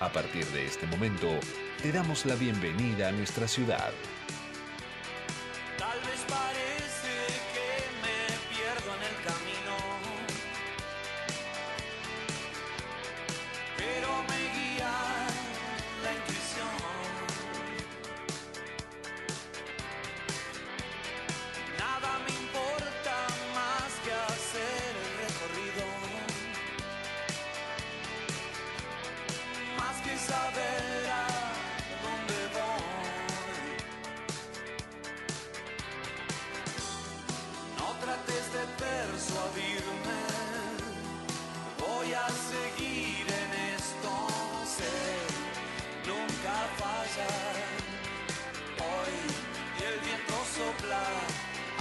A partir de este momento, te damos la bienvenida a nuestra ciudad. Tal vez parece que me pierdo en el camino, pero me guía la intuición. Nada me importa más que hacer el recorrido, más que saber a dónde voy. No trates de persuadirme, voy a seguir en esto, sé, nunca falla. Hoy y el viento sopla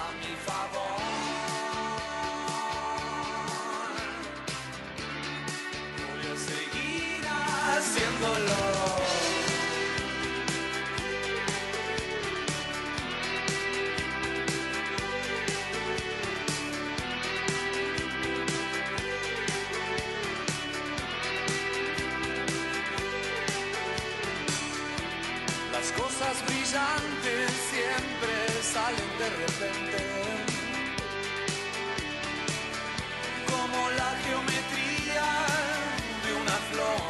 a mi favor. Voy a seguir haciéndolo. Las cosas brillantes siempre salen de repente. Como la geometría de una flor.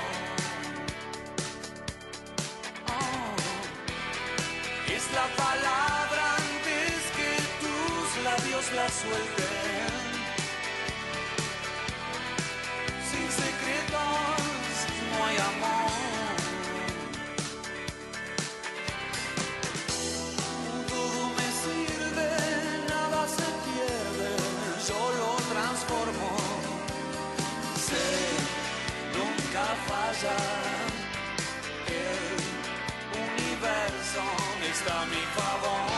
Oh, es la palabra antes que tus labios la suelten. Sin secretos no hay amor. Todo me sirve, nada se pierde, yo lo transformo. Sé, nunca falla. El universo está a mi favor.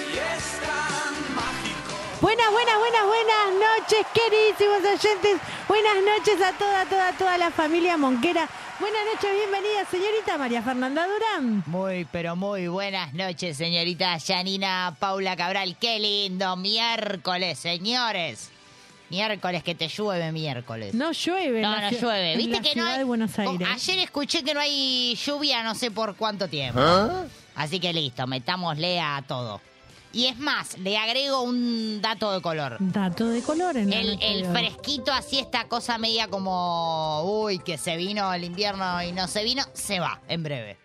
Y es tan mágico. Buenas, buenas, buenas, buenas noches, queridísimos oyentes. Buenas noches a toda, toda, toda la familia Monquera. Buenas noches, bienvenida, señorita María Fernanda Durán. Muy, pero muy buenas noches, señorita Janina Paula Cabral. Qué lindo miércoles, señores. Miércoles que te llueve miércoles. No llueve. en no, la no ciu- llueve. en Viste la que no ciudad hay. de Buenos como- Aires. Ayer escuché que no hay lluvia no sé por cuánto tiempo. Así que listo, metámosle a todo. Y es más, le agrego un dato de color. Dato de color en la El, noche el de hoy. fresquito, así esta cosa media como, uy, que se vino el invierno y no se vino, se va en breve.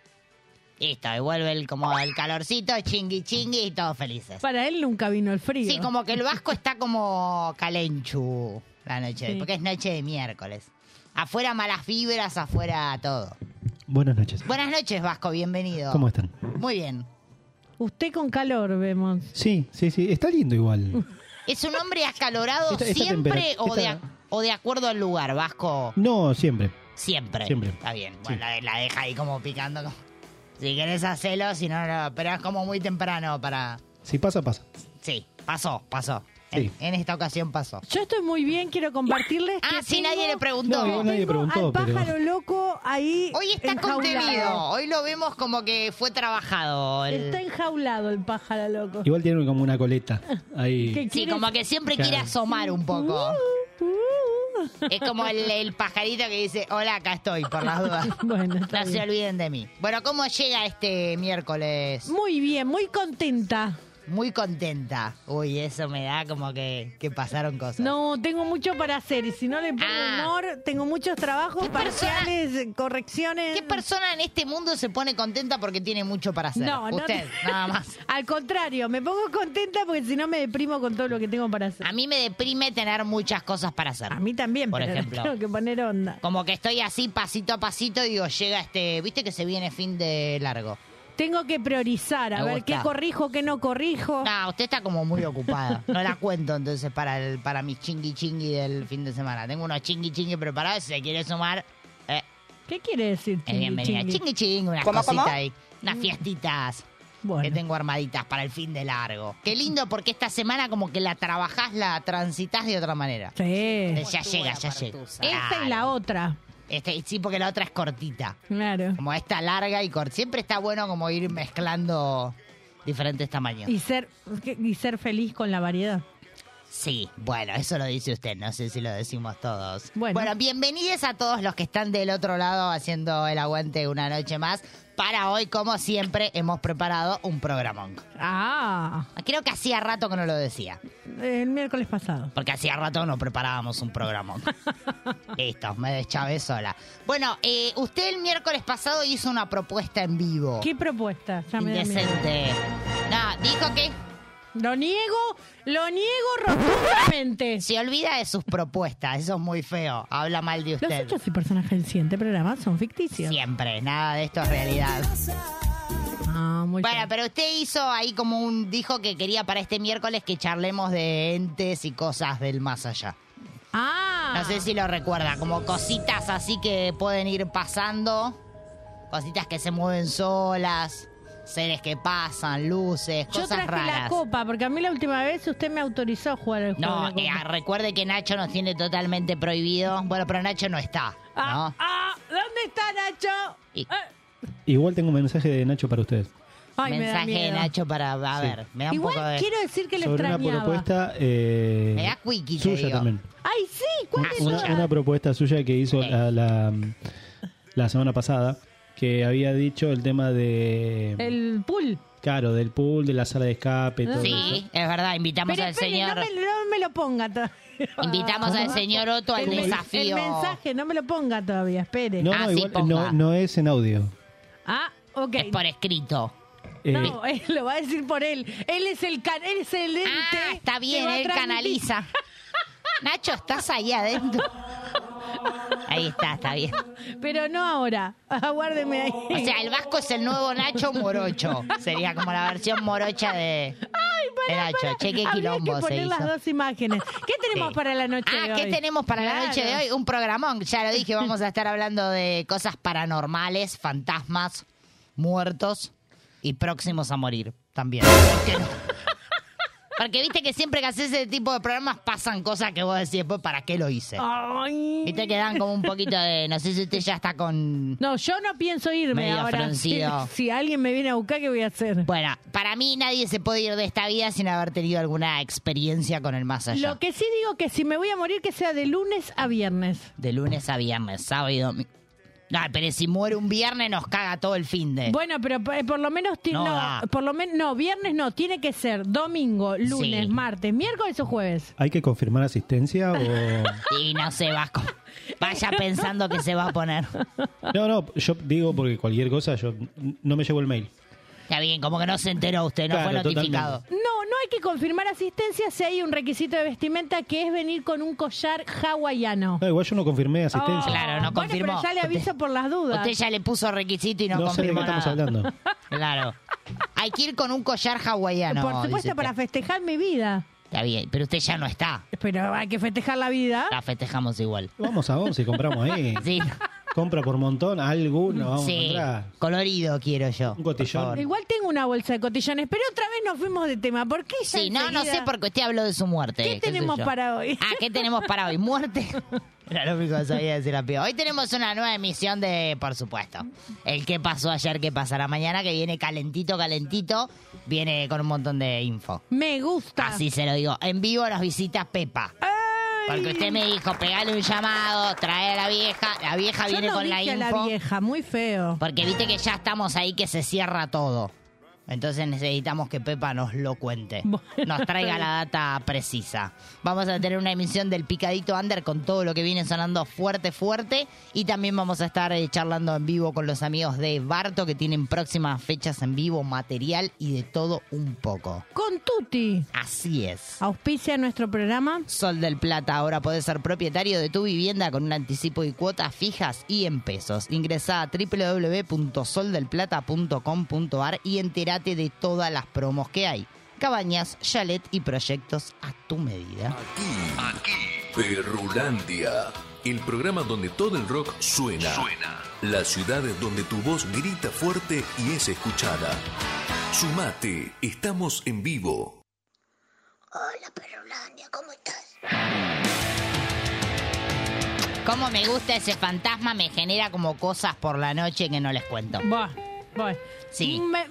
Listo, y vuelve el, como el calorcito, chingui chingui y todos felices. Para él nunca vino el frío. Sí, como que el vasco está como calenchu la noche, de hoy, Sí. porque es noche de miércoles. Afuera malas vibras, afuera todo. Buenas noches. Buenas noches, Vasco, bienvenido. ¿Cómo están? Muy bien. Usted con calor, vemos. Sí, sí, sí. Está lindo igual. ¿Es un hombre acalorado Esta- esta siempre tempera- o, de, esta- ac- o de acuerdo al lugar, Vasco? No, siempre. Siempre. Siempre. Está bien. Bueno, la, la deja ahí como picando. como- Si querés hacerlo, si no, no. Pero es como muy temprano para. Si pasa, pasa. Sí, pasó, pasó. En- Sí. En, esta ocasión pasó. Yo estoy muy bien, quiero compartirles. Ah, que sí, tengo- nadie le preguntó. No, nadie tengo preguntó, Al pero- pájaro loco ahí. Hoy está enjaulado. contenido. Hoy lo vemos como que fue trabajado. el- Está enjaulado el pájaro loco. Igual tiene como una coleta ¿Qué ahí. Sí, quiere- como que siempre Claro. quiere asomar un poco. Uh, Es como el, el pajarito que dice: Hola, acá estoy, por las dudas. Bueno, está No se bien. olviden de mí. Bueno, ¿cómo llega este miércoles? Muy bien, muy contenta. Muy contenta. Uy, eso me da como que, que pasaron cosas. No, tengo mucho para hacer y si no le pongo Ah. humor, tengo muchos trabajos persona- parciales, correcciones. ¿Qué persona en este mundo se pone contenta porque tiene mucho para hacer? No, no Usted, te- nada más. Al contrario, me pongo contenta porque si no me deprimo con todo lo que tengo para hacer. A mí me deprime tener muchas cosas para hacer. A mí también, Por pero le ejemplo. tengo que poner onda. Como que estoy así pasito a pasito y digo, llega este, viste que se viene fin de largo. Tengo que priorizar, a Me ver qué gusta. corrijo, qué no corrijo. No, usted está como muy ocupada. No la cuento entonces para el para mis chingui chingui del fin de semana. Tengo unos chingui chingui preparados. Si se quiere sumar, eh, ¿Qué quiere decir? es bienvenida. chingui? Chingui chingui, unas ¿Cómo, cositas cómo? ahí. Unas fiestitas Mm. Bueno. que tengo armaditas para el fin de largo. Qué lindo porque esta semana como que la trabajás, la transitas de otra manera. Sí. Ya llega, ya llega. Esta y la Claro. otra. Este- sí, porque la otra es cortita. Claro. Como esta larga y corta. Siempre está bueno como ir mezclando diferentes tamaños. Y ser, y ser feliz con la variedad. Sí, bueno, eso lo dice usted, no sé si lo decimos todos. Bueno. Bueno, bienvenidos a todos los que están del otro lado haciendo el aguante una noche más. Para hoy, como siempre, hemos preparado un programón. Ah, Creo que hacía rato que no lo decía, el miércoles pasado. porque hacía rato no preparábamos un programón. Listo, me deschavé sola. Bueno, eh, usted el miércoles pasado hizo una propuesta en vivo. ¿Qué propuesta? Ya me da miedo. Indecente. No, dijo que Lo niego, lo niego rotundamente. se olvida de sus propuestas, eso es muy feo, habla mal de Los usted. hechos y personajes del siguiente programa son ficticios. Siempre, nada de esto es realidad. Ah, muy Bueno, bien. pero usted hizo ahí como un. dijo que quería para este miércoles que charlemos de entes y cosas del más allá. Ah, No sé si lo recuerda, como cositas así que pueden ir pasando. Cositas que se mueven solas, seres que pasan, luces, yo cosas traje la raras. copa porque a mí la última vez usted me autorizó a jugar el juego. No, de eh, la copa. recuerde que Nacho nos tiene totalmente prohibido. Bueno, pero Nacho no está, ah, ¿no? ah, ¿dónde está Nacho? eh. Y- Ah, Igual tengo un mensaje de Nacho para ustedes. Ay, me da Mensaje de miedo. Nacho para. A Sí. ver, me da un Igual poco de. quiero decir que le Sobre una extrañaba. propuesta eh, Me da cuiqui, te suya digo. Ah, también. Ay, sí, ¿cuál es Una, otra? una propuesta suya que hizo Ok. la, la, la semana pasada, que había dicho el tema de... El pool. Claro, del pool, de la sala de escape, todo eso. Sí, es verdad, invitamos Pero al espere, señor. no, me, no me lo ponga todavía. Invitamos al señor Otto al El men- desafío. El mensaje, no me lo ponga todavía, espere. No, Ah, no, sí, igual, ponga. no, no es en audio. Ah, ok. Es por escrito. Eh, No, él lo va a decir por él. Él es el can él es el ente Ah, está bien, que va a él transmitir. canaliza. Nacho, estás ahí adentro. Ahí está, está bien. Pero no ahora. Aguárdeme ahí. O sea, el vasco es el nuevo Nacho Morocho. Sería como la versión morocha Ay, de, de pará, Nacho. pará. Che, qué Habría quilombo que se poner hizo. las dos imágenes. ¿Qué tenemos Sí. para la noche Ah, de hoy? ¿qué tenemos para la noche de Claro. hoy? Un programón, ya lo dije, vamos a estar hablando de cosas paranormales, fantasmas, muertos y próximos a morir también. ¿Por qué no? Porque viste que siempre que haces ese tipo de programas pasan cosas que vos decís, pues, ¿para qué lo hice? Ay. Viste que dan como un poquito de, no sé si usted ya está con... No, yo no pienso irme Medio ahora. fruncido. Si, si alguien me viene a buscar, ¿qué voy a hacer? Bueno, para mí nadie se puede ir de esta vida sin haber tenido alguna experiencia con el más allá. Lo que sí digo que si me voy a morir, que sea de lunes a viernes. De lunes a viernes, sábado y domingo. No, pero si muere un viernes nos caga todo el fin de... Bueno, pero eh, por lo menos ti- No no, da. por lo menos no, viernes no, tiene que ser domingo, lunes, Sí. martes, miércoles o jueves. ¿Hay que confirmar asistencia o...? Y no se va. con- Vaya pensando que se va a poner. No, no, yo digo porque cualquier cosa, yo no me llevo el mail. Está bien, como que no se enteró usted, no Claro, fue notificado. totalmente. No, no hay que confirmar asistencia si hay un requisito de vestimenta que es venir con un collar hawaiano. No, igual yo no confirmé asistencia. Oh, Claro, no Bueno, confirmó. pero ya le aviso Usted- por las dudas. Usted ya le puso requisito y no, no sé de qué confirmó estamos nada. hablando. Claro. Hay que ir con un collar hawaiano. por dice supuesto, usted. para festejar mi vida. Está bien, pero usted ya no está. Pero hay que festejar la vida. La festejamos igual. Vamos a 11 y compramos ahí. Sí, Compra por montón, alguno vamos a sí. comprar. Colorido quiero yo. Un cotillón. por favor. Igual tengo una bolsa de cotillones, pero otra vez nos fuimos de tema. ¿Por qué? ya Sí, no, no enseguida? sé por qué usted habló de su muerte. ¿Qué sé tenemos yo. para hoy? Ah, ¿qué tenemos para hoy? ¿Muerte? Era lo único que sabía decir la piba. Hoy tenemos una nueva emisión de, por supuesto, el que pasó ayer, que pasará mañana, que viene calentito, calentito, viene con un montón de info. Me gusta. Así se lo digo. En vivo nos visita Pepa. Ay. Porque usted me dijo, pegale un llamado, trae a la vieja. La vieja Yo viene no con la dije a info. la vieja, muy feo. Porque viste que ya estamos ahí que se cierra todo. Entonces necesitamos que Pepa nos lo cuente, nos traiga la data precisa. Vamos a tener una emisión del Picadito Under con todo lo que viene sonando fuerte, fuerte. Y también vamos a estar eh, charlando en vivo con los amigos de Barto que tienen próximas fechas en vivo, material y de todo un poco. Con Tuti. Así es. Auspicia nuestro programa. Sol del Plata, ahora podés ser propietario de tu vivienda con un anticipo y cuotas fijas y en pesos. Ingresá a www.soldelplata.com.ar y entérate de todas las promos que hay. Cabañas, chalet y proyectos a tu medida. Perrulandia, el programa donde todo el rock suena. Suena. Las ciudades donde tu voz grita fuerte y es escuchada. Sumate, estamos en vivo. Como me gusta ese fantasma, me genera como cosas por la noche que no les cuento. Buah, buah. Sí. Un, be-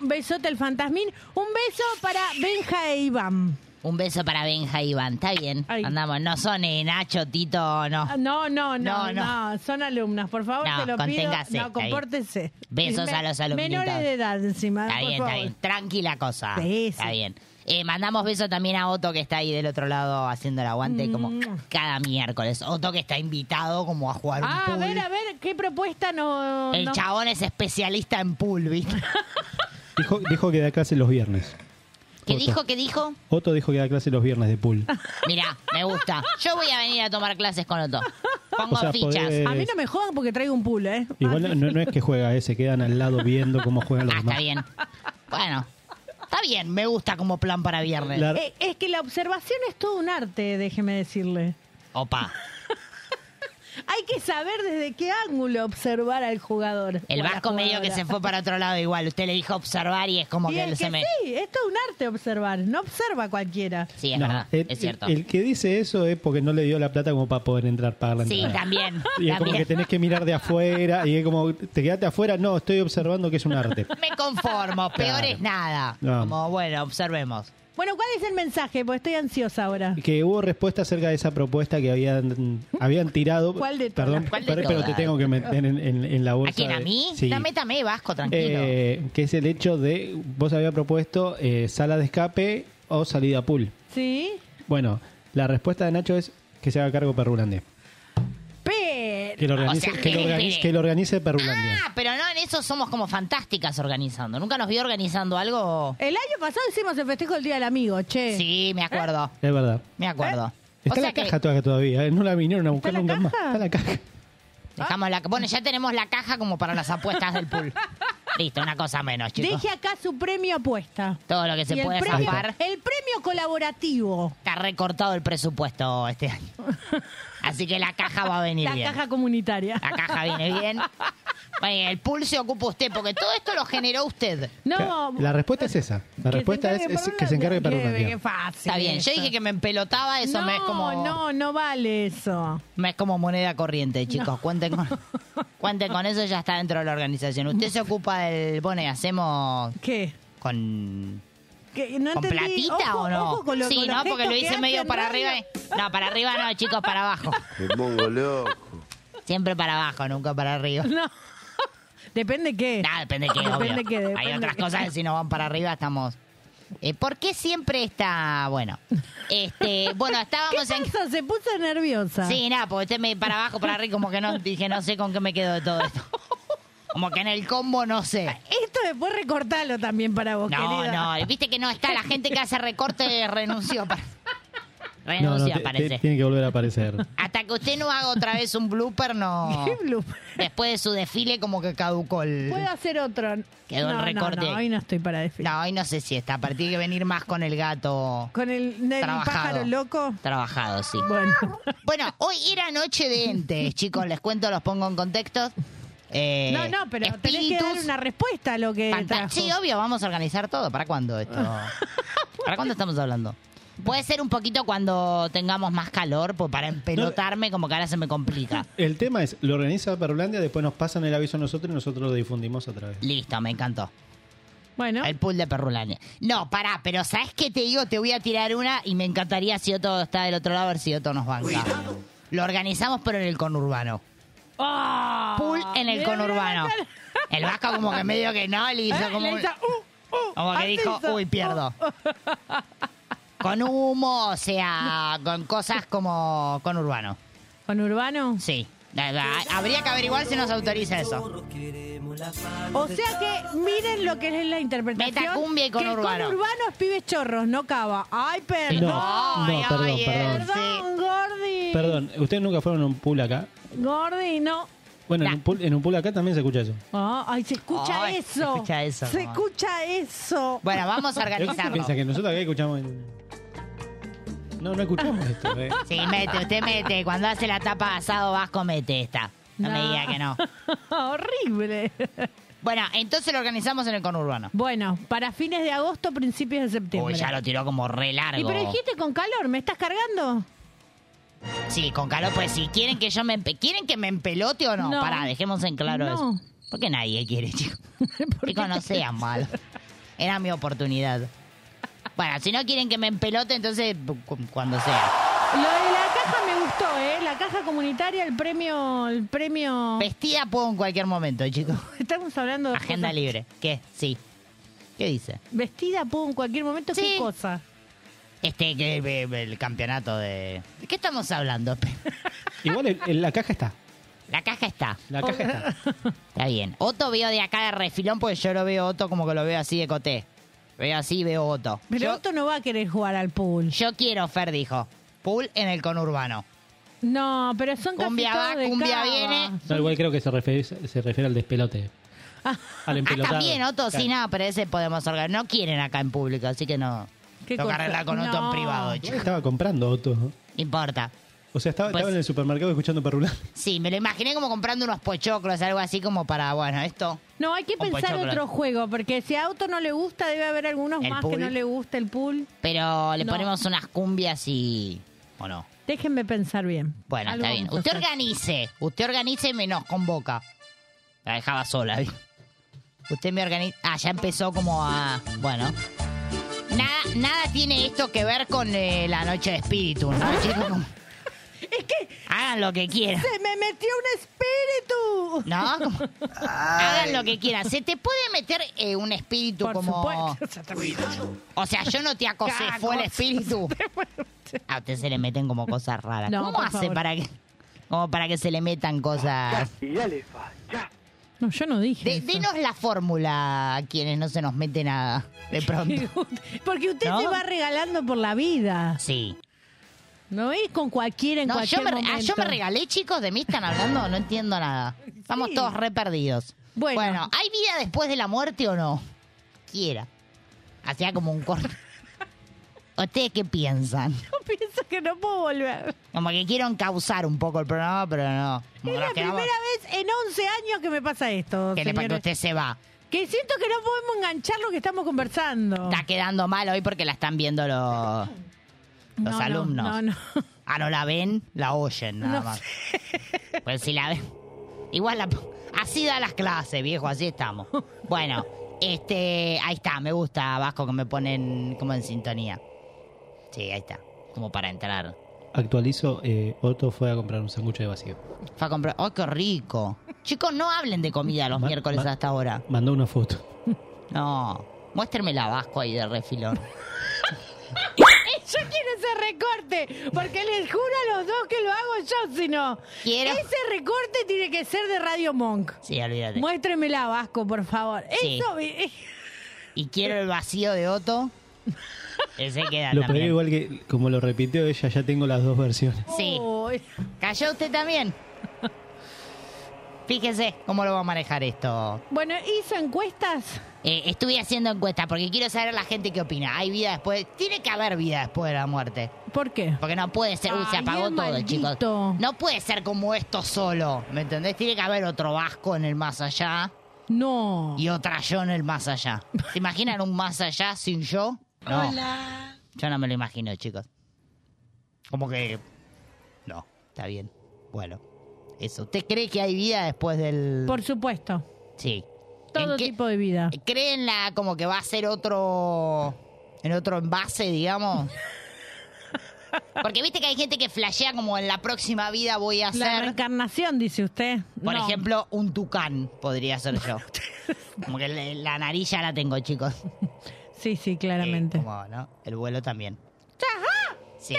un besote el fantasmín. Un beso para Benja e Iván. Un beso para Benja y Iván, está bien. Ay. Andamos, no son eh, Nacho, Tito, no. Ah, No, no, no, Ah, no, No, no. Son alumnas, por favor, No, te lo pido. conténgase, No, está bien. compórtese. Besos Me- a los alumnitos. Menores de edad encima. Está por bien, favor. está bien. Tranquila cosa. Sí, Está sí. bien. Eh, mandamos besos también a Otto que está ahí del otro lado haciendo el aguante como Mm. cada miércoles. Otto que está invitado como a jugar Ah, un a pool. ver, a ver, ¿qué propuesta no, El no- chabón es especialista en pool, ¿viste? Dijo, dijo que da clase los viernes. ¿Qué Otto. dijo? ¿Qué dijo? Otto dijo que da clase los viernes de pool. Mirá, me gusta. Yo voy a venir a tomar clases con Otto. Pongo O sea, fichas. podés- A mí no me jodan porque traigo un pool, ¿eh? Igual no, no es que juega, eh, se quedan al lado viendo cómo juegan los Ah, está demás. bien. Bueno, está bien. Me gusta como plan para viernes. La- Eh, es que la observación es todo un arte, déjeme decirle. Opa. Hay que saber desde qué ángulo observar al jugador. El o a la vasco medio que jugadora. se fue para otro lado igual. Usted le dijo observar y es como Y que es él que se me... Sí, es todo un arte observar, no observa cualquiera. Sí, es No, verdad. el- es cierto. El, que dice eso es porque no le dio la plata como para poder entrar, pagar la Sí, entrada. también. Y es como también. que tenés que mirar de afuera y es como, ¿te quedaste afuera? No, estoy observando que es un arte. Me conformo, peor Claro. es nada. No. Como, bueno, observemos. Bueno, ¿cuál es el mensaje? Porque estoy ansiosa ahora. Que hubo respuesta acerca de esa propuesta que habían, habían tirado. ¿Cuál de todas? Perdón, ¿Cuál de pero, pero te todas? tengo que meter en, en- en la bolsa. ¿A quién? ¿A de- mí? Sí. Dame, dame, Vasco, tranquilo. Eh, que es el hecho de, vos habías propuesto eh, sala de escape o salida a pool. Sí. Bueno, la respuesta de Nacho es que se haga cargo Perrulandia. Pero. Que lo organice, O sea, que lo espere, organice, espere. que lo organice Perrulandia. Ah, pero no, en eso somos como fantásticas organizando. ¿Nunca nos vio organizando algo? El año pasado hicimos el festejo del Día del Amigo, che. Sí, me acuerdo, Es verdad. Ah, me acuerdo. Está o sea la caja que toda- todavía, ¿eh? no la vinieron a buscar la nunca más. caja? Está la caja. dejamos la... Bueno, ya tenemos la caja como para las apuestas del pool. Listo, una cosa menos, chicos. Deje acá su premio apuesta. Todo lo que se Y el puede premio- zafar. El premio colaborativo. Está recortado el presupuesto este año. Así que la caja va a venir La bien. caja comunitaria. La caja viene bien. Bueno, el pool se ocupa usted, porque todo esto lo generó usted. No, la respuesta es esa. La que se respuesta es, encargue es que se encargue Perrulandia. Perrulandia. Qué- qué fácil Está bien, yo eso. dije que me empelotaba, eso no, me es como No, no vale eso. me es como moneda corriente, chicos. Cuenten con cuenten con eso, ya está dentro de la organización. Usted se ocupa del bueno, y hacemos ¿Qué? con ¿Qué? No con entendí. platita Ojo- o no? ojo con lo- sí, con los no, porque gestos lo que hice hace medio en para radio. arriba. y- No, para arriba no, chicos, para abajo. Me pongo loco. Siempre para abajo, nunca para arriba. No. Depende qué. Nada, depende qué, obvio. Depende qué, Hay depende otras qué. cosas que si no van para arriba estamos. Eh, ¿Por qué siempre está bueno? Este, bueno, ¿Qué estábamos en pasa? Se puso nerviosa. Sí, nada, porque usted me para abajo, para arriba, como que no dije, no sé con qué me quedo de todo esto. Como que en el combo no sé. Esto después recortalo también para vos, No, querida. no, viste que no está la gente que hace recorte renunció. pa- No, no, Renunció, te- te- parece. tiene que volver a aparecer. Hasta que usted no haga otra vez un blooper, no. Qué blup. Después de su desfile, como que caducó el. Puedo hacer otro. Quedó el no, recorte No, no, ahí. hoy no estoy para definir. No, hoy no sé si está. A partir de venir más con el gato Con el, el pájaro trabajado. loco. Trabajado, sí. Bueno. Bueno, hoy era noche de entes, chicos. Les cuento, los pongo en contexto. Eh, No, no, pero tenés que dar espíritus, una respuesta a lo que fanta- trajo. Sí, obvio, vamos a organizar todo. ¿Para cuándo esto? ¿Para cuándo estamos hablando? Puede ser un poquito cuando tengamos más calor, pues para empelotarme, como que ahora se me complica. El tema es, lo organiza Perrulandia, después nos pasan el aviso a nosotros y nosotros lo difundimos otra vez. Listo, me encantó. Bueno. El pool de Perrulania. No, pará, pero ¿sabes qué te digo? Te voy a tirar una y me encantaría si Otto está del otro lado, a ver si Otto nos banca. Lo organizamos, pero en el conurbano. ¡Ah! Pool en Mira, el mira, conurbano. Ah, mira, mira. El vasco como que medio que no, le hizo Eh, como... le un- hizo, uh, Como que dijo, hizo, uy, pierdo. Con humo, o sea, con cosas como con urbano. ¿Con Urbano? Sí. La- la- Habría que averiguar si nos autoriza eso. O sea que miren lo que es la interpretación. Metacumbia y con que Urbano. Con Urbano es pibes chorros, no cava. Ay, perdón. No, no, perdón, ay, perdón. eh, sí. Perdón, Gordi. Perdón, ¿ustedes nunca fueron a un pool acá? Gordi, no. Bueno, en Nah. un pool, en un pool acá también se escucha eso. Ah, ay, se escucha Ay, eso. se escucha eso, Se no. escucha eso. Bueno, vamos a ¿Pero qué organizarlo. piensa que nosotros acá escuchamos? en- No, no escuchamos esto. eh. Sí, mete, usted mete. Cuando hace la tapa asado vasco, mete esta. No, me diga que no. Horrible. Bueno, entonces lo organizamos en el conurbano. Bueno, para fines de agosto, principios de septiembre. Uy, ya lo tiró como re largo. y pero dijiste con calor, ¿me estás cargando? Sí, con calor, pues si quieren que yo me empe- quieren que me empelote o no, No. pará, dejemos en claro No. eso. Porque nadie quiere, chicos. Chicos, no sean malos. Era mi oportunidad. Bueno, si no quieren que me empelote, entonces cu- cuando sea. Lo de la caja me gustó, ¿eh? La caja comunitaria, el premio, el premio. Vestida puedo en cualquier momento, chicos. Estamos hablando de Agenda cosas- libre. ¿Qué? Sí. ¿Qué dice? Vestida, puedo en cualquier momento, Sí. qué cosa. Este, que eh, el campeonato de... ¿De qué estamos hablando? Igual el- el- la caja está. La caja está. La caja está. Está bien. Otto veo de acá de refilón porque yo lo veo Otto como que lo veo así de coté. Veo así, veo Otto. Pero yo, Otto no va a querer jugar al pool. yo quiero, Fer dijo. Pool en el conurbano. No, pero son casi Cumbia todos va, de cumbia cava. viene. No, igual creo que se refiere, se refiere al despelote. Al Ah, empelotado. también, Otto, Claro. sí, nada, pero ese podemos organizar. No quieren acá en público, así que no. ¿Qué Tengo cosa? que arreglar con Otto en No. privado, Igual chicos. Estaba comprando Otto. ¿no? Importa. O sea, estaba, Pues- estaba en el supermercado escuchando Perrulán. Sí, me lo imaginé como comprando unos pochoclos, algo así como para, bueno, esto. No, hay que Un pensar pochoclo. otro juego, porque si a Otto no le gusta, debe haber algunos ¿El más que pool? no le gusta el pool. Pero le No. ponemos unas cumbias y. ¿O no? Déjenme pensar bien. Bueno, Algo está bien. vamos a Usted hacer. organice. Usted organice y me nos convoca. La dejaba sola. ¿eh? Usted me organiza. Ah, ya empezó como a. Bueno. Nada, nada tiene esto que ver con eh, la noche de espíritu, ¿no, chicos? Como- Es que Hagan lo que quieran. se me metió un espíritu. ¿No? Como- Ah, Hagan lo que quieran. Se te puede meter eh, un espíritu Por como. supuesto. se te olvidó. O sea, yo no te acosé, Cada fue el cosa espíritu. A usted se le meten como cosas raras. No, ¿Cómo por hace favor. para que.? Como para que se le metan cosas. No, yo no dije. De- eso. denos la fórmula a quienes no se nos mete nada de pronto. Porque usted ¿No? se va regalando por la vida. Sí. No es con cualquiera en No, cualquier yo me, ah, momento. yo me regalé, chicos, de mí están hablando, no entiendo nada. Estamos Sí. todos re perdidos. Bueno. ¿hay vida después de la muerte o no? Quiera. Hacía como un corte. ¿Ustedes qué piensan? Yo pienso que no puedo volver. Como que quiero causar un poco el programa, pero no. Como Es nos la quedamos- primera vez en 11 años que me pasa esto. que le- señores. porque usted se va. Que siento que no podemos enganchar lo que estamos conversando. Está quedando mal hoy porque la están viendo los, No, los no, alumnos. No, no. Ah, no la ven, la oyen nada No más. Pues si la ven. Igual la- así da las clases, viejo, así estamos. Bueno, este, ahí está, me gusta Vasco que me ponen como en sintonía. Sí, ahí está, como para entrar. Actualizo, eh, Otto fue a comprar un sándwich de vacío. Fue a comprar, ¡oh, qué rico! Chicos, no hablen de comida los Ma- miércoles ma- hasta ahora. Mandó una foto. No, muéstrame la Vasco ahí de refilón. Yo quiero ese recorte, porque les juro a los dos que lo hago yo, si no. Quiero- Ese recorte tiene que ser de Radio Monk. Sí, olvídate. Muéstremela, Vasco, por favor. Sí. Eso, eh, Y quiero el vacío de Otto. Ese queda Lo pegué también. igual que, como lo repitió ella, ya tengo las dos versiones. Sí. uy. ¿Cayó usted también? Fíjese cómo lo va a manejar esto. Bueno, hizo encuestas. Eh, estuve haciendo encuestas porque quiero saber a la gente qué opina. ¿Hay vida después? Tiene que haber vida después de la muerte. ¿Por qué? Porque no puede ser... Uy, se Ay, apagó el todo, chicos. maldito. No puede ser como esto solo. ¿Me entendés? Tiene que haber otro vasco en el más allá No. y otra yo en el más allá. ¿Se imaginan un más allá sin yo? No. Yo no me lo imagino, chicos. Como que... No, está bien. Bueno. Eso. ¿Usted cree que hay vida después del...? Por supuesto. Sí. Todo ¿En qué- tipo de vida. ¿Cree en la como que va a ser otro en otro envase, digamos? Porque viste que hay gente que flashea como en la próxima vida voy a La ser, reencarnación, dice usted. por No. ejemplo, un tucán, podría ser yo. Como que le- la nariz ya la tengo, chicos. Sí, sí, claramente. Eh, como, ¿no? El vuelo también. Sí.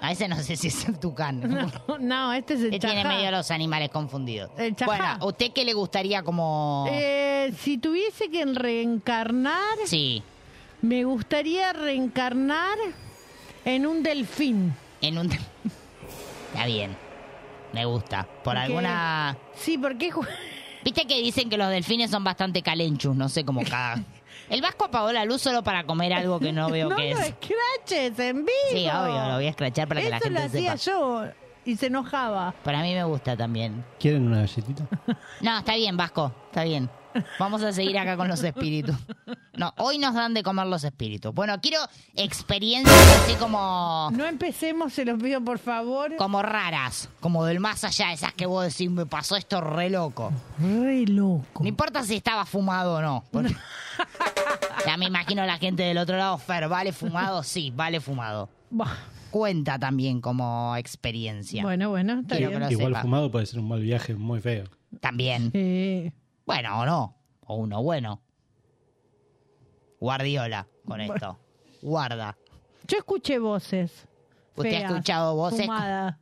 A ese no sé si es el tucán. No, este es el Que tiene chajá. medio los animales confundidos. El chajá. Bueno, ¿a usted qué le gustaría como...? Eh, si tuviese que reencarnar, Sí, me gustaría reencarnar en un delfín. en un... Está bien. Me gusta. Por Porque- alguna... Sí, porque ju- Viste que dicen que los delfines son bastante calenchus, no sé cómo cada... El vasco apagó la luz solo para comer algo que no veo no que lo es. escraches en vivo. Sí, obvio, lo voy a escrachar para que la Eso gente lo hacía sepa. yo y se enojaba. Para mí me gusta también. ¿Quieren una galletita? No, está bien, Vasco, está bien. Vamos a seguir acá con los espíritus. No, hoy nos dan de comer los espíritus. Bueno, quiero experiencias así como, No empecemos, se los pido por favor. como raras, como del más allá, esas que vos decís, me pasó esto re loco. Re loco. No importa si estaba fumado o no. porque- ya me imagino la gente del otro lado, Fer, ¿vale fumado? Sí, vale fumado. Bah, Cuenta también como experiencia. Bueno, bueno, está Quiero bien. que lo Igual sepa. fumado puede ser un mal viaje muy feo. También. Eh, Bueno, o no. O uno bueno. Guardiola con esto. Guarda. yo escuché voces. ¿Usted ha feas, escuchado voces? fumadas.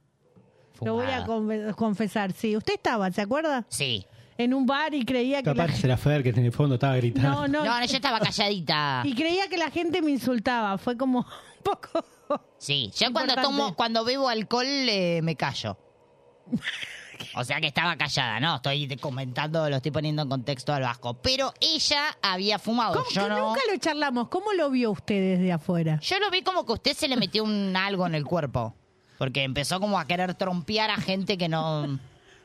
Lo voy a Fumada. confe- confesar, sí. Usted estaba, ¿se acuerda? Sí. En un bar y creía que la Capaz será Fer que en el fondo estaba gritando. No, no. No, no, yo estaba calladita. Y creía que la gente me insultaba. Fue como un poco. Sí. Yo cuando Importante. tomo, cuando bebo alcohol eh, me callo. O sea que estaba callada, no, estoy te- comentando, lo estoy poniendo en contexto al vasco. Pero ella había fumado, ¿Cómo yo que no. Nunca lo charlamos. ¿Cómo lo vio usted desde afuera? Yo lo vi como que usted se le metió un algo en el cuerpo. Porque empezó como a querer trompear a gente que no.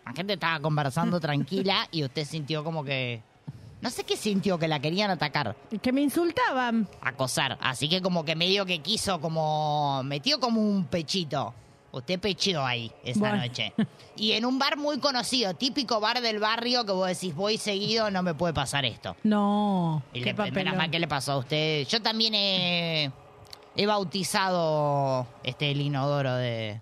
La gente estaba conversando tranquila y usted sintió como que. No sé qué sintió, que la querían atacar, Que me insultaban. acosar. Así que como que medio que quiso, como. metió como un pechito. Usted pecheó ahí esa Bueno. noche. Y en un bar muy conocido, típico bar del barrio, que vos decís, voy seguido, no me puede pasar esto. No. Y qué le, menos papelón. mal que le pasó a usted. Yo también he, he bautizado este el inodoro de,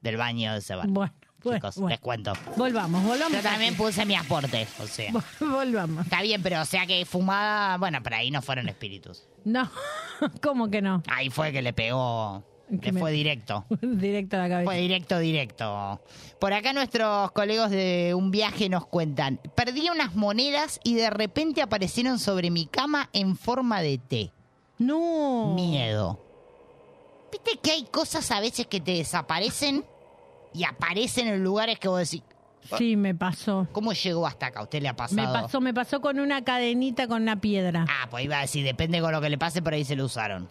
del baño de ese bar. Bueno, bueno, Chicos, bueno. les cuento. Volvamos, volvamos. Yo también aquí. puse mi aporte, o sea. Volvamos. Está bien, pero o sea que fumada, bueno, por ahí no fueron espíritus. No. ¿Cómo que no? Ahí fue que le pegó, Que le me- fue directo. Directo a la cabeza. Fue directo, directo. Por acá nuestros colegas de un viaje nos cuentan. Perdí unas monedas y de repente aparecieron sobre mi cama en forma de té. No. miedo. ¿Viste que hay cosas a veces que te desaparecen y aparecen en lugares que vos decís, Sí, me pasó. ¿cómo llegó hasta acá? ¿A usted le ha pasado? Me pasó, me pasó con una cadenita con una piedra. Ah, pues iba a decir, depende con lo que le pase, por ahí se lo usaron.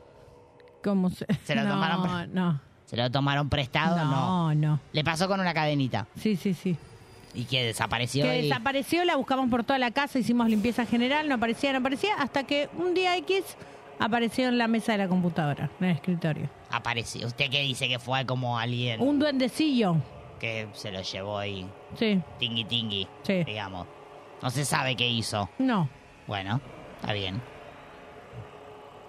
¿Cómo se? ¿Se la no, tomaron pre- No. ¿Se lo tomaron prestado? No. No, no. Le pasó con una cadenita. Sí, sí, sí. ¿Y que desapareció? que y- desapareció, la buscamos por toda la casa, hicimos limpieza general, no aparecía, no aparecía, hasta que un día X apareció en la mesa de la computadora, en el escritorio. Apareció. ¿Usted qué dice? Que fue como alguien Un duendecillo. que se lo llevó y Sí, tingui tingui, Sí. digamos. No se sabe qué hizo. no. Bueno, está bien.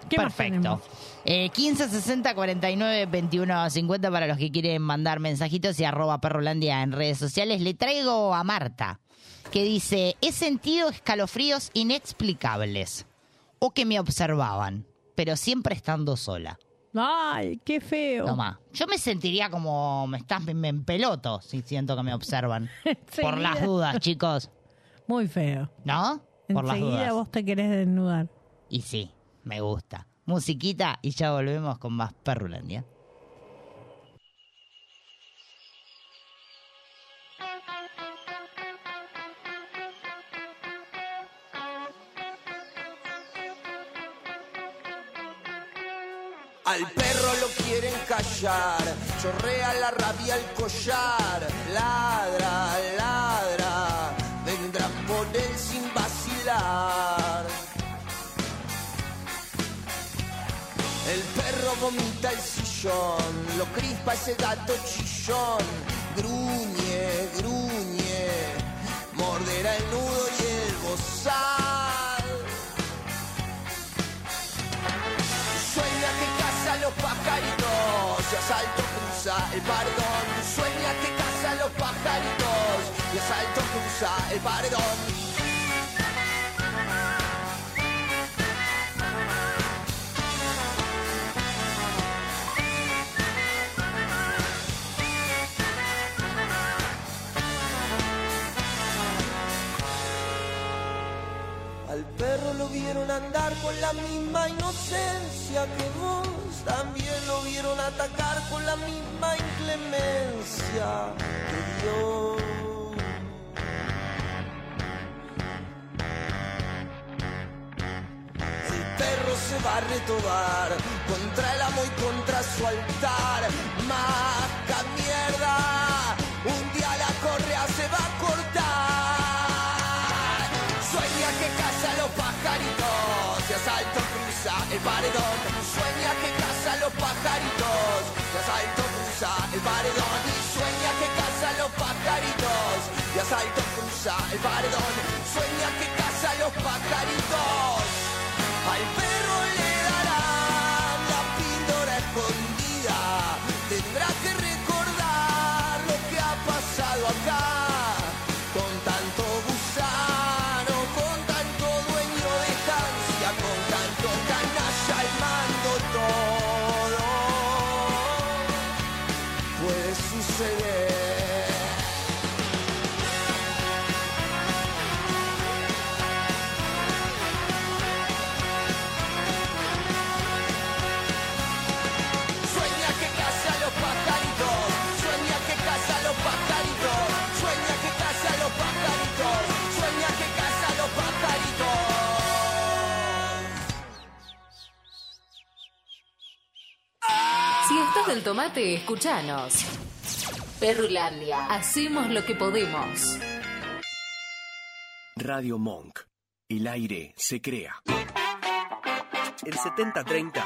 ¿Qué más Perfecto. tenemos? Eh, 15 60 49 21 50 para los que quieren mandar mensajitos y arroba perrolandia en redes sociales. Le traigo a Marta, que dice: He sentido escalofríos inexplicables o que me observaban, pero siempre estando sola. Ay, qué feo. Toma. Yo me sentiría como me estás me, me empeloto si siento que me observan. Por Enseguida. las dudas, chicos. Muy feo. ¿No? Por las Enseguida dudas. vos te querés desnudar. Y sí, me gusta. Musiquita y ya volvemos con más Perrulandia. Al perro lo quieren callar, chorrea la rabia al collar, ladra, ladra, vendrán por él sin vacilar. El perro vomita el sillón, lo crispa ese gato chillón, gruñe, gruñe, morderá el nudo y el bozal. Sueña que caza los pajaritos y asalto cruza el paredón. Sueña que caza los pajaritos y asalto cruza el paredón. Al perro lo vieron andar con la misma inocencia que vos. También lo vieron atacar con la misma inclemencia que Dios. El perro se va a retobar contra el amo y contra su altar. Maca mierda, un día la correa se va a cortar. Sueña que caza a los pajaritos y asalto cruza el paredón. Sueña que caza a los pajaritos y asalto cruza el paredón. Sueña que caza a los pajaritos y asalto cruza el paredón. Sueña que caza a los pajaritos. Al perro le darán la píldora escondida. Tendrá que recordar lo que ha pasado acá. Con tanto gusano, con tanto dueño de estancia, con tanto canalla al mando todo. Puede suceder. Sueña que caza a los pajaritos, sueña que caza a los pajaritos, sueña que caza a los pajaritos, sueña que caza a los pajaritos. Si estás del tomate, escúchanos. Perrulandia. Hacemos lo que podemos. Radio Monk. El aire se crea. En 7030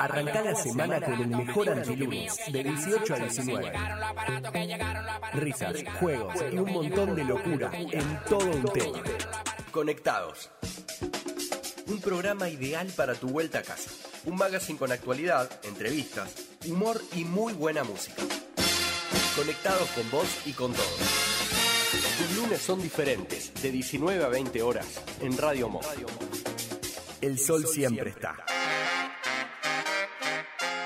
Arranca la semana con el mejor antilunes, de 18 a 19. Risas, juegos y un montón de locura en todo un tema. Conectados. Un programa ideal para tu vuelta a casa. Un magazine con actualidad, entrevistas, humor y muy buena música. Conectados con vos y con todos. Tus lunes son diferentes, de 19 a 20 horas, en Radio Mo. El sol siempre está.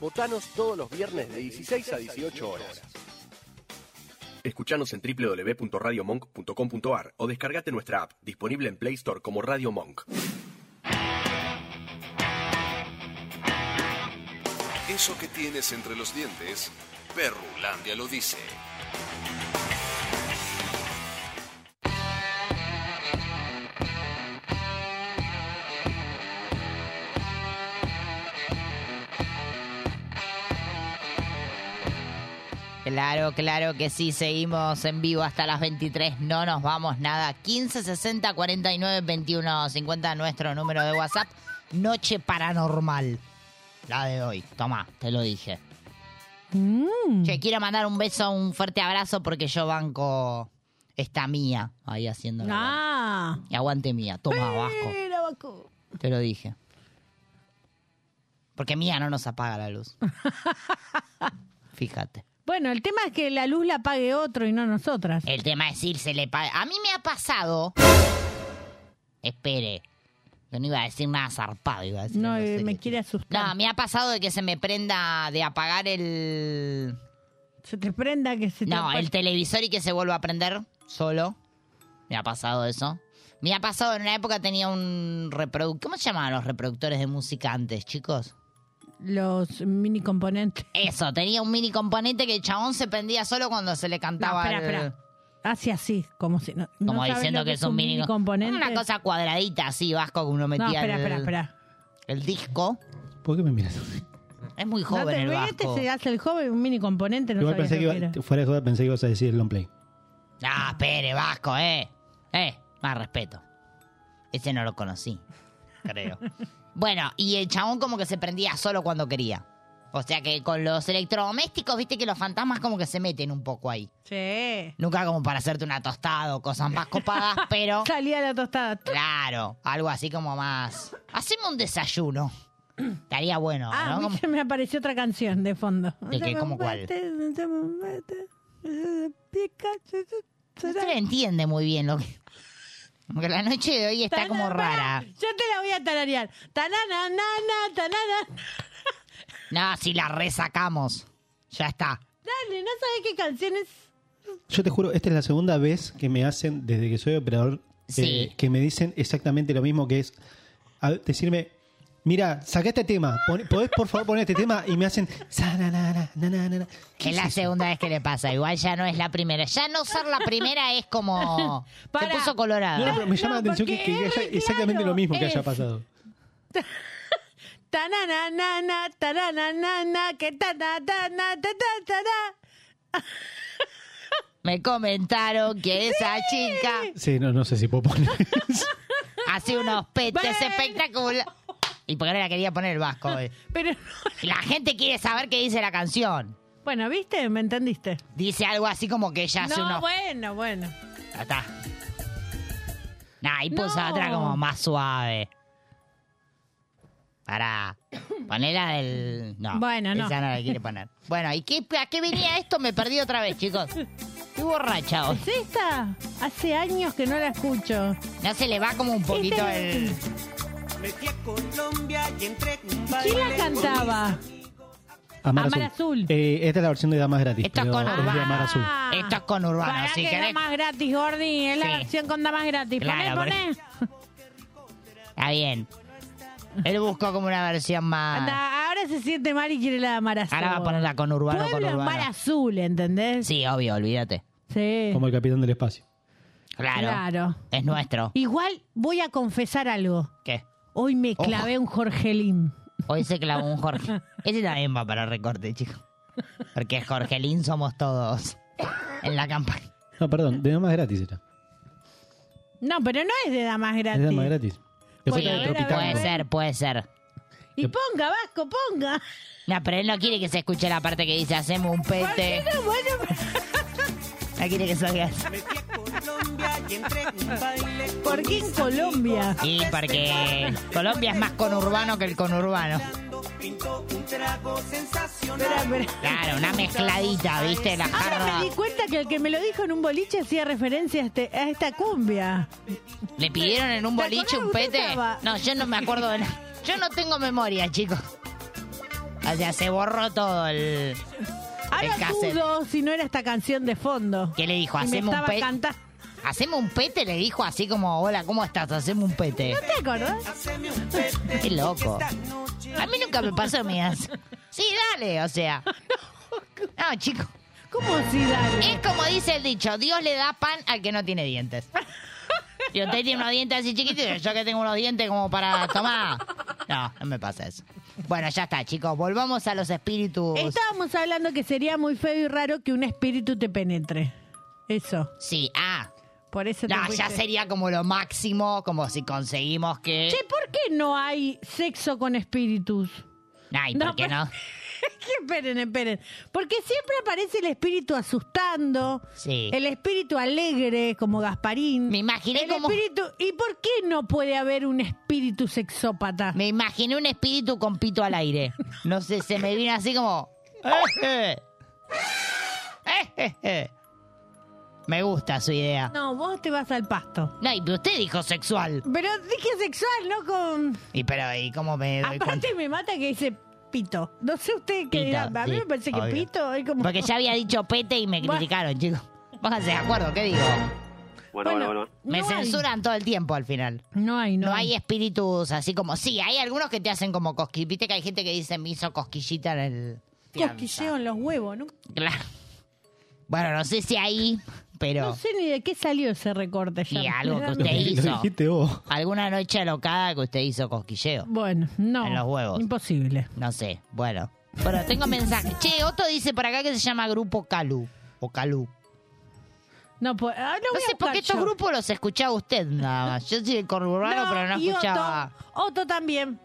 Votanos todos los viernes de 16 a 18 horas. Escuchanos en www.radiomonk.com.ar o descargate nuestra app, disponible en Play Store como Radio Monk. Eso que tienes entre los dientes, Perrulandia lo dice. Claro, claro que sí, seguimos en vivo hasta las 23, no nos vamos nada. 15 60 49 21 50, nuestro número de WhatsApp. Noche paranormal, la de hoy. Toma, te lo dije. Che, quiero mandar un beso, un fuerte abrazo porque yo banco esta mía ahí haciendo. Ah. Y aguante mía, toma, Vasco. Mira, Vasco. Te lo dije. Porque mía no nos apaga la luz. Fíjate. Bueno, el tema es que la luz la pague otro y no nosotras. El tema es irse le paga. A mí me ha pasado. Espere. Yo no iba a decir nada zarpado, iba a decir. No, algo eh, serio. me quiere No, asustar. me ha pasado de que se me prenda de apagar el. se te prenda que se te... No, el televisor y que se vuelva a prender solo. Me ha pasado eso. Me ha pasado, en una época tenía un reproductor. ¿Cómo se llamaban los reproductores de música antes, chicos? Los mini componentes. Eso, tenía un mini componente que el chabón se prendía solo cuando se le cantaba. espera, el- espera. Hace así, como si no... Como diciendo que es un mini componente. Una cosa cuadradita así, vasco, que uno metía No, espera, el, espera, espera. el disco. ¿Por qué me miras así? Es muy No joven te el ríes, vasco. se hace el joven un mini componente, no Igual sabías pensé que, lo que era. iba- fuera de joda pensé que ibas a decir el long play. Ah, espere, Vasco, eh. Eh, más respeto. Ese no lo conocí, creo. bueno, y el chabón como que se prendía solo cuando quería. O sea que con los electrodomésticos, viste que los fantasmas como que se meten un poco ahí. Sí. Nunca como para hacerte una tostada o cosas más copadas, pero... Salía la tostada. Claro, algo así como más... Haceme un desayuno. Estaría bueno, Ah, ¿no? a mí Como- se me apareció otra canción de fondo. ¿De qué? ¿Cómo cuál? Yo Usted entiende muy bien lo que... Como que la noche de hoy está como rara. te la voy a tararear. Tanana, nana, tanana. No, si la resacamos. Ya está. Dale, no sabes qué canciones. Yo te juro, esta es la segunda vez que me hacen, desde que soy operador, Sí. eh, que me dicen exactamente lo mismo que es a- decirme, mira, saca este tema, pon- podés por favor poner este tema y me hacen... "Sa, na, na, na, na, na, na, na". Es la segunda vez que le pasa. Igual ya no es la primera. Ya no ser la primera es como... Pará. Se puso colorado. No, no, pero me llama la atención que, que haya exactamente lo mismo que es- haya pasado. Tanana, nana, tanana, nana, que tana, tana, ta, ta, ta, ta. Me comentaron que esa chica Sí, no, no sé si puedo poner. hace unos petes espectaculares. ¿Y por qué no la quería poner el vasco? hoy? Pero Y La gente quiere saber qué dice la canción. Bueno, ¿viste? ¿Me entendiste? Dice algo así como que ella hace no, unos... bueno, bueno. Ya está. Nah, y puso No. pues otra como más suave. Para ponerla del. No. Bueno, no. Esa no la quiere poner. Bueno, ¿y qué, a qué venía esto? Me perdí otra vez, chicos. Estoy borracha hoy. ¿Es esta? Hace años que no la escucho. No se le va como un poquito Esta Este es- el. ¿Quién la cantaba? Amar, Amar Azul. Eh, esta es la versión de Damas Gratis. Esto es pero con es Urbano. de Amar Azul. Esto es con Urbano, Pará si Ah, que es querés. la más gratis, Gordi. Es Sí. la versión con más gratis. Poné, Claro, poné. Está bien. Él buscó como una versión más. Anda, ahora se siente mal y quiere la de Mar Azul. Ahora va a ponerla con Urbano, con Pueblo en Mar Urbano. Azul, ¿entendés? Sí, obvio, olvídate. Sí. Como el Capitán del Espacio. Claro. Claro. Es nuestro. Igual voy a confesar algo. ¿Qué? Hoy me Ojo. clavé un Jorgelín. Hoy se clavó un Jorge. Ese también va para recorte, chicos. Porque Jorgelín somos todos en la campaña. No, perdón, de Damas Gratis era. No, pero no es de Damas Es Gratis. de Damas Gratis. Que fue Bueno, la a de ver, a ver, Tropicana. Puede ser, puede ser. Y ponga, Vasco, ponga. No, pero él no quiere que se escuche la parte que dice hacemos un pete. No, bueno, pero- No quiere que salga eso. ¿por qué en Colombia? Y porque Colombia es más conurbano que el conurbano. Espera, espera. Claro, una mezcladita, ¿viste? La Ahora jarra. me di cuenta que el que me lo dijo en un boliche hacía referencia a, este- a esta cumbia. ¿Le pidieron en un ¿Te boliche acordás? un Usted pete? estaba. No, yo no me acuerdo de nada. Yo no tengo memoria, chicos. O sea, se borró todo el... Ahora El cassette. dudo si no era esta canción de fondo. ¿Qué le dijo? Y me Hacemos un estaba pete. cantando. Hacemos un pete, le dijo así como, hola, ¿cómo estás? Hacemos un pete. ¿No te acordás? Qué loco. A mí nunca me pasó, ¿eh? mías. Sí, dale, o sea. No, chico. ¿Cómo si dale? Es como dice el dicho, Dios le da pan al que no tiene dientes. Y usted tiene unos dientes así chiquititos, yo que tengo unos dientes como para tomar. No, no me pasa eso. Bueno, ya está, chicos. Volvamos a los espíritus. Estábamos hablando que sería muy feo y raro que un espíritu te penetre. Eso. Sí, ah. Por eso te No, ya fuiste. sería como lo máximo, como si conseguimos que... Che, ¿por qué no hay sexo con espíritus? Ay, ¿por No, pues, qué pero- no? Que esperen, esperen. Porque siempre aparece el espíritu asustando, Sí. el espíritu alegre, como Gasparín. Me imaginé el como- espíritu. ¿Y por qué no puede haber un espíritu sexópata? Me imaginé un espíritu con pito al aire. No sé, se me vino así como. "Eh, eh. Eh, eh, eh". Me gusta su idea. No, vos te vas al pasto. No, y pero usted dijo sexual. Pero dije sexual, no con. Y pero, ¿y cómo me doy cuenta? Aparte me mata que dice pito. No sé usted qué Pito, dirá. A mí sí, me parece que obvio. pito es como. Porque ya había dicho pete y me Bueno. criticaron, chicos. Pónganse de acuerdo, ¿qué digo? Bueno, bueno, bueno. Me no censuran todo el tiempo al final. Hay, no hay, no, No hay espíritus así como. Sí, hay algunos que te hacen como cosquillita. Viste que hay gente que dice me hizo cosquillita en el. Cosquilleo en los huevos, ¿no? Claro. Bueno, no sé si ahí, pero. No sé ni de qué salió ese recorte ya. Y algo que Lo usted dijiste- hizo. Lo dijiste vos. Alguna noche alocada que usted hizo cosquilleo. Bueno, no. En los huevos. Imposible. No sé, bueno. Bueno, tengo mensaje. Che, Otto dice por acá que se llama Grupo Calú. O Calú. No, po- ah, lo No voy a sé por qué buscar estos yo. grupos los escuchaba usted nada más. Yo soy el conurbano, No, pero no y Otto. escuchaba. Otto también.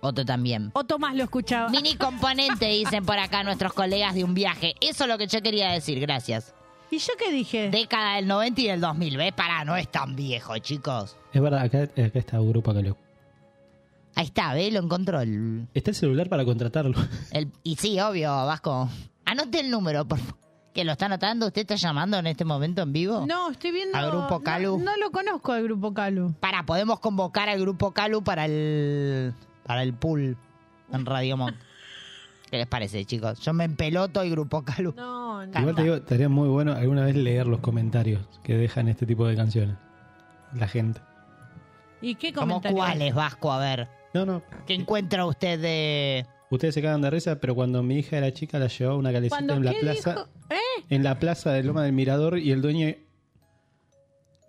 Otto también. Otto más lo escuchaba. Mini componente, dicen por acá nuestros colegas de un viaje. Eso es lo que yo quería decir, gracias. ¿Y yo qué dije? Década del 90 y del 2000, ¿ves? Pará, no es tan viejo, chicos. Es verdad, acá, acá está un grupo que lo... Ahí está, ¿ves? Lo encontró. El, Mm. Está el celular para contratarlo. el- y sí, obvio, Vasco. Anote el número, por favor. Que lo está anotando, ¿usted está llamando en este momento en vivo? No, estoy viendo. ¿Al grupo no, Calu? No, lo conozco al grupo Calu. Para, podemos convocar al grupo Calu para el. para el pool en Radio Monk. ¿Qué les parece, chicos? Yo me empeloto y grupo Calu. No, no. Igual te digo, estaría muy bueno alguna vez leer los comentarios que dejan este tipo de canciones. La gente. ¿Y qué ¿Cómo comentario? cuáles, Vasco? A ver. No, no. ¿Qué encuentra usted de.? Ustedes se cagan de risa, pero cuando mi hija era chica la llevaba una calecita Cuando en la qué plaza. dijo- ¿Eh? En la plaza de Loma del Mirador y el dueño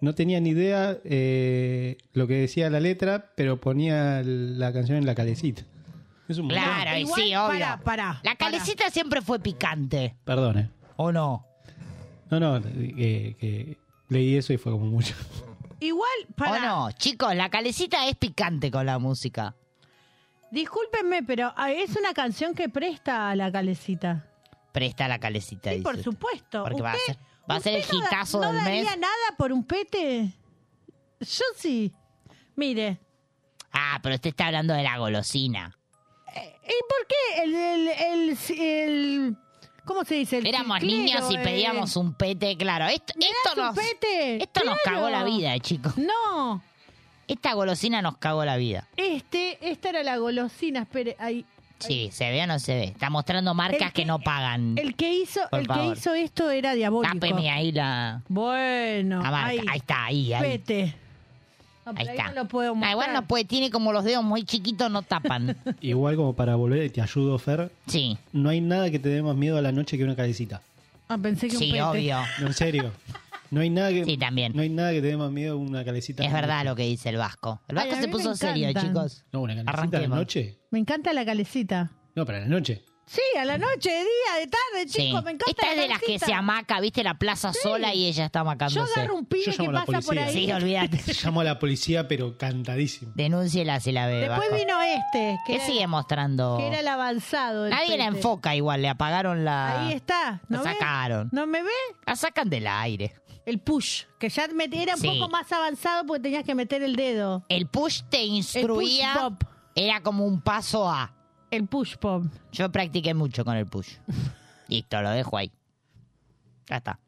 no tenía ni idea eh, lo que decía la letra, pero ponía la canción en la calecita. Es un montón. Claro, y Igual, sí, obvio. pará, pará, La calecita siempre fue picante. Perdone. ¿O no? eh. No, no, eh, que leí eso y fue como mucho. Igual, ¿O para. no? Chicos, la calecita es picante con la música. Discúlpenme, pero ah, es una canción que presta a la calecita. Presta la calecita. Sí, dice por usted. supuesto. Porque va a Usted- ser, va a ser el usted no da- hitazo del ¿No mes. daría nada por un pete? Yo sí. Mire, Ah, pero usted está hablando de la golosina. ¿y por qué el... el, el, el- ¿Cómo se dice? El Éramos chiclero, niños y eh, pedíamos un pete, claro. Esto, ¿me esto das un nos, pete? esto nos Claro. cagó la vida, chicos. No, Esta golosina nos cagó la vida. este, esta era la golosina, espere, ahí. Sí, se ve o no se ve. Está mostrando marcas El que, que- no pagan. El que hizo, Por el que favor. hizo esto era diabólico. Tápeme ahí la, Bueno, la marca. ahí, Ahí. está, ahí, ahí. pete. No, Ahí pero está. no lo puedo Ah, mostrar. igual no puede, tiene como los dedos muy chiquitos, no tapan. Igual como para volver, y te ayudo, Fer. Sí, No hay nada que te dé más miedo a la noche que una calecita. Ah, pensé que un sí, pete. obvio. No, en serio. No hay nada que, Sí, también. No hay nada que te dé más miedo a una calecita. Es verdad lo que dice el Vasco. El Ay, Vasco a se mí puso me serio, encantan. chicos. No, una calecita a la Arranquemos. noche. Me encanta la calecita. No, para la noche. Sí, a la noche, de día, de tarde, Sí. chicos, me encanta. Esta la es de las que calcita. se amaca, viste, la plaza sola y ella está Yo amacándose. agarro un Yo pibe que llamo a la pasa por policía. ahí. Sí, olvídate. Llamo a la policía, pero cantadísimo. Denúnciela si la ve. Después Vasco. vino este, que, ¿Qué era, sigue mostrando? que era el avanzado. del Nadie la pete. enfoca igual, le apagaron la... Ahí está. La ¿No ve? sacaron. ¿No me ve? La sacan del aire. El push, que ya me- era un Sí. poco más avanzado porque tenías que meter el dedo. El push te El instruía, push pop. era como un paso a... El push pop. Yo practiqué mucho con el push. Listo, lo dejo ahí. Ya está.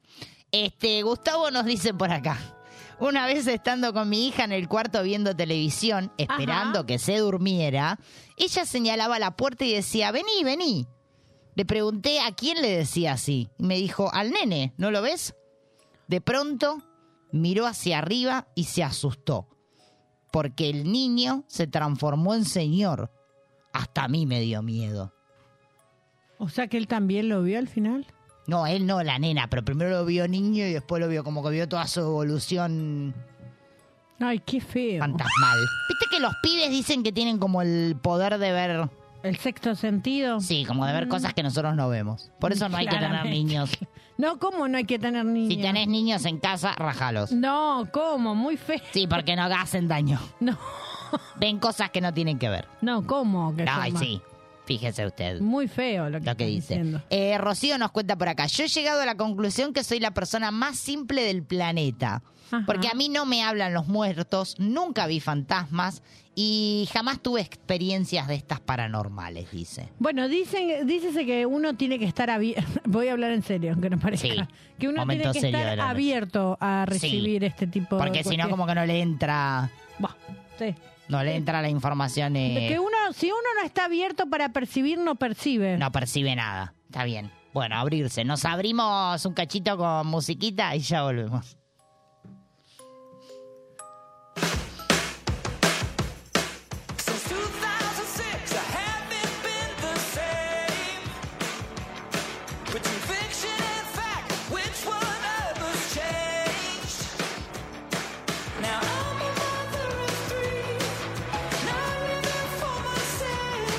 Este, Gustavo nos dice por acá. Una vez estando con mi hija en el cuarto viendo televisión, esperando Ajá. que se durmiera, ella señalaba la puerta y decía, vení, vení. Le pregunté a quién le decía así. Y me dijo, al nene, ¿no lo ves? De pronto miró hacia arriba y se asustó, porque el niño se transformó en señor. Hasta a mí me dio miedo. O sea que él también lo vio al final. No, él no, la nena, pero primero lo vio niño y después lo vio como que vio toda su evolución Ay, qué feo. fantasmal. Viste que los pibes dicen que tienen como el poder de ver, El sexto sentido. Mm. sí, como de ver cosas que nosotros no vemos. Por eso no hay que tener Claramente. niños. No, ¿cómo no hay que tener niños? Si tenés niños en casa, rajalos. No, ¿cómo? Muy feo. Sí, porque no hacen daño. No, Ven cosas que no tienen que ver. no, ¿cómo? Que Ay, son sí. Fíjese usted. Muy feo lo que, lo que están dice. diciendo. Eh, Rocío nos cuenta por acá. Yo he llegado a la conclusión que soy la persona más simple del planeta. Ajá. Porque a mí no me hablan los muertos, nunca vi fantasmas y jamás tuve experiencias de estas paranormales, dice. Bueno, dicen, dícese que uno tiene que estar abierto. Voy a hablar en serio, aunque no parezca. Sí, Que uno tiene momento que serio de estar la noche. abierto a recibir este tipo de. Porque si no, cuestiones. como que no le entra, Bah, sí. no le entra la información, De eh, que uno, si uno no está abierto para percibir, no percibe. no percibe nada. Está bien. Bueno, abrirse. Nos abrimos un cachito con musiquita y ya volvemos. Since 2006, I haven't been the same. Between fiction and fact, which one of us changed? Now I'm a mother of three, and I live for myself.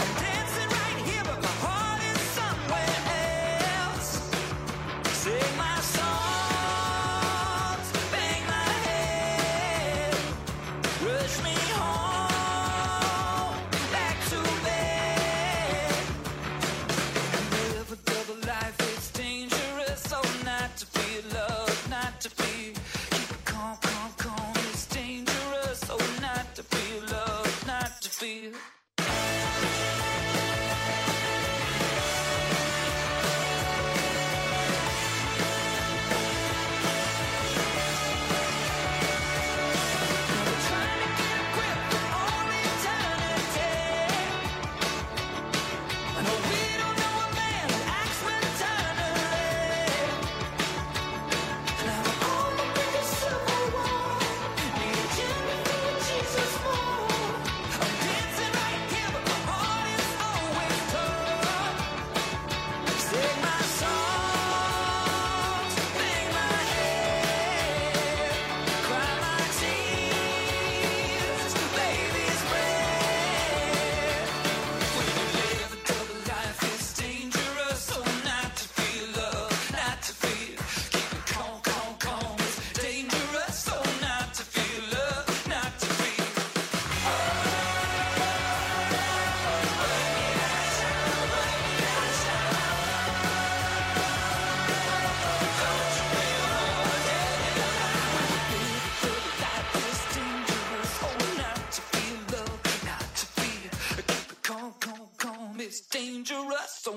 I'm dancing right here, but my heart is somewhere else. Sing my song.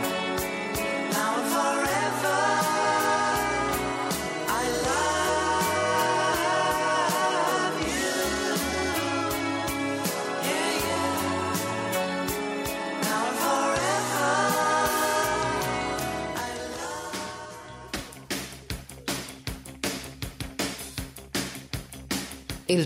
Now and forever, I love you. Yeah, yeah. Now and forever. El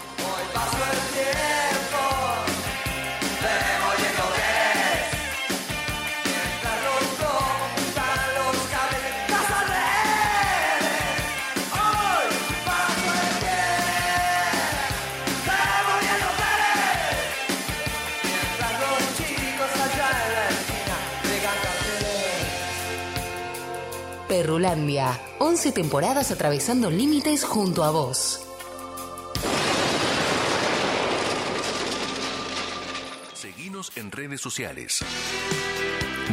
Hoy pasó el tiempo, veremos lleno de Mientras los compran los cables, las redes. Hoy pasó el tiempo, veremos lleno de Mientras los chicos allá en la esquina pegan carteles. Perrulandia, 11 temporadas atravesando límites junto a vos. Seguinos en redes sociales.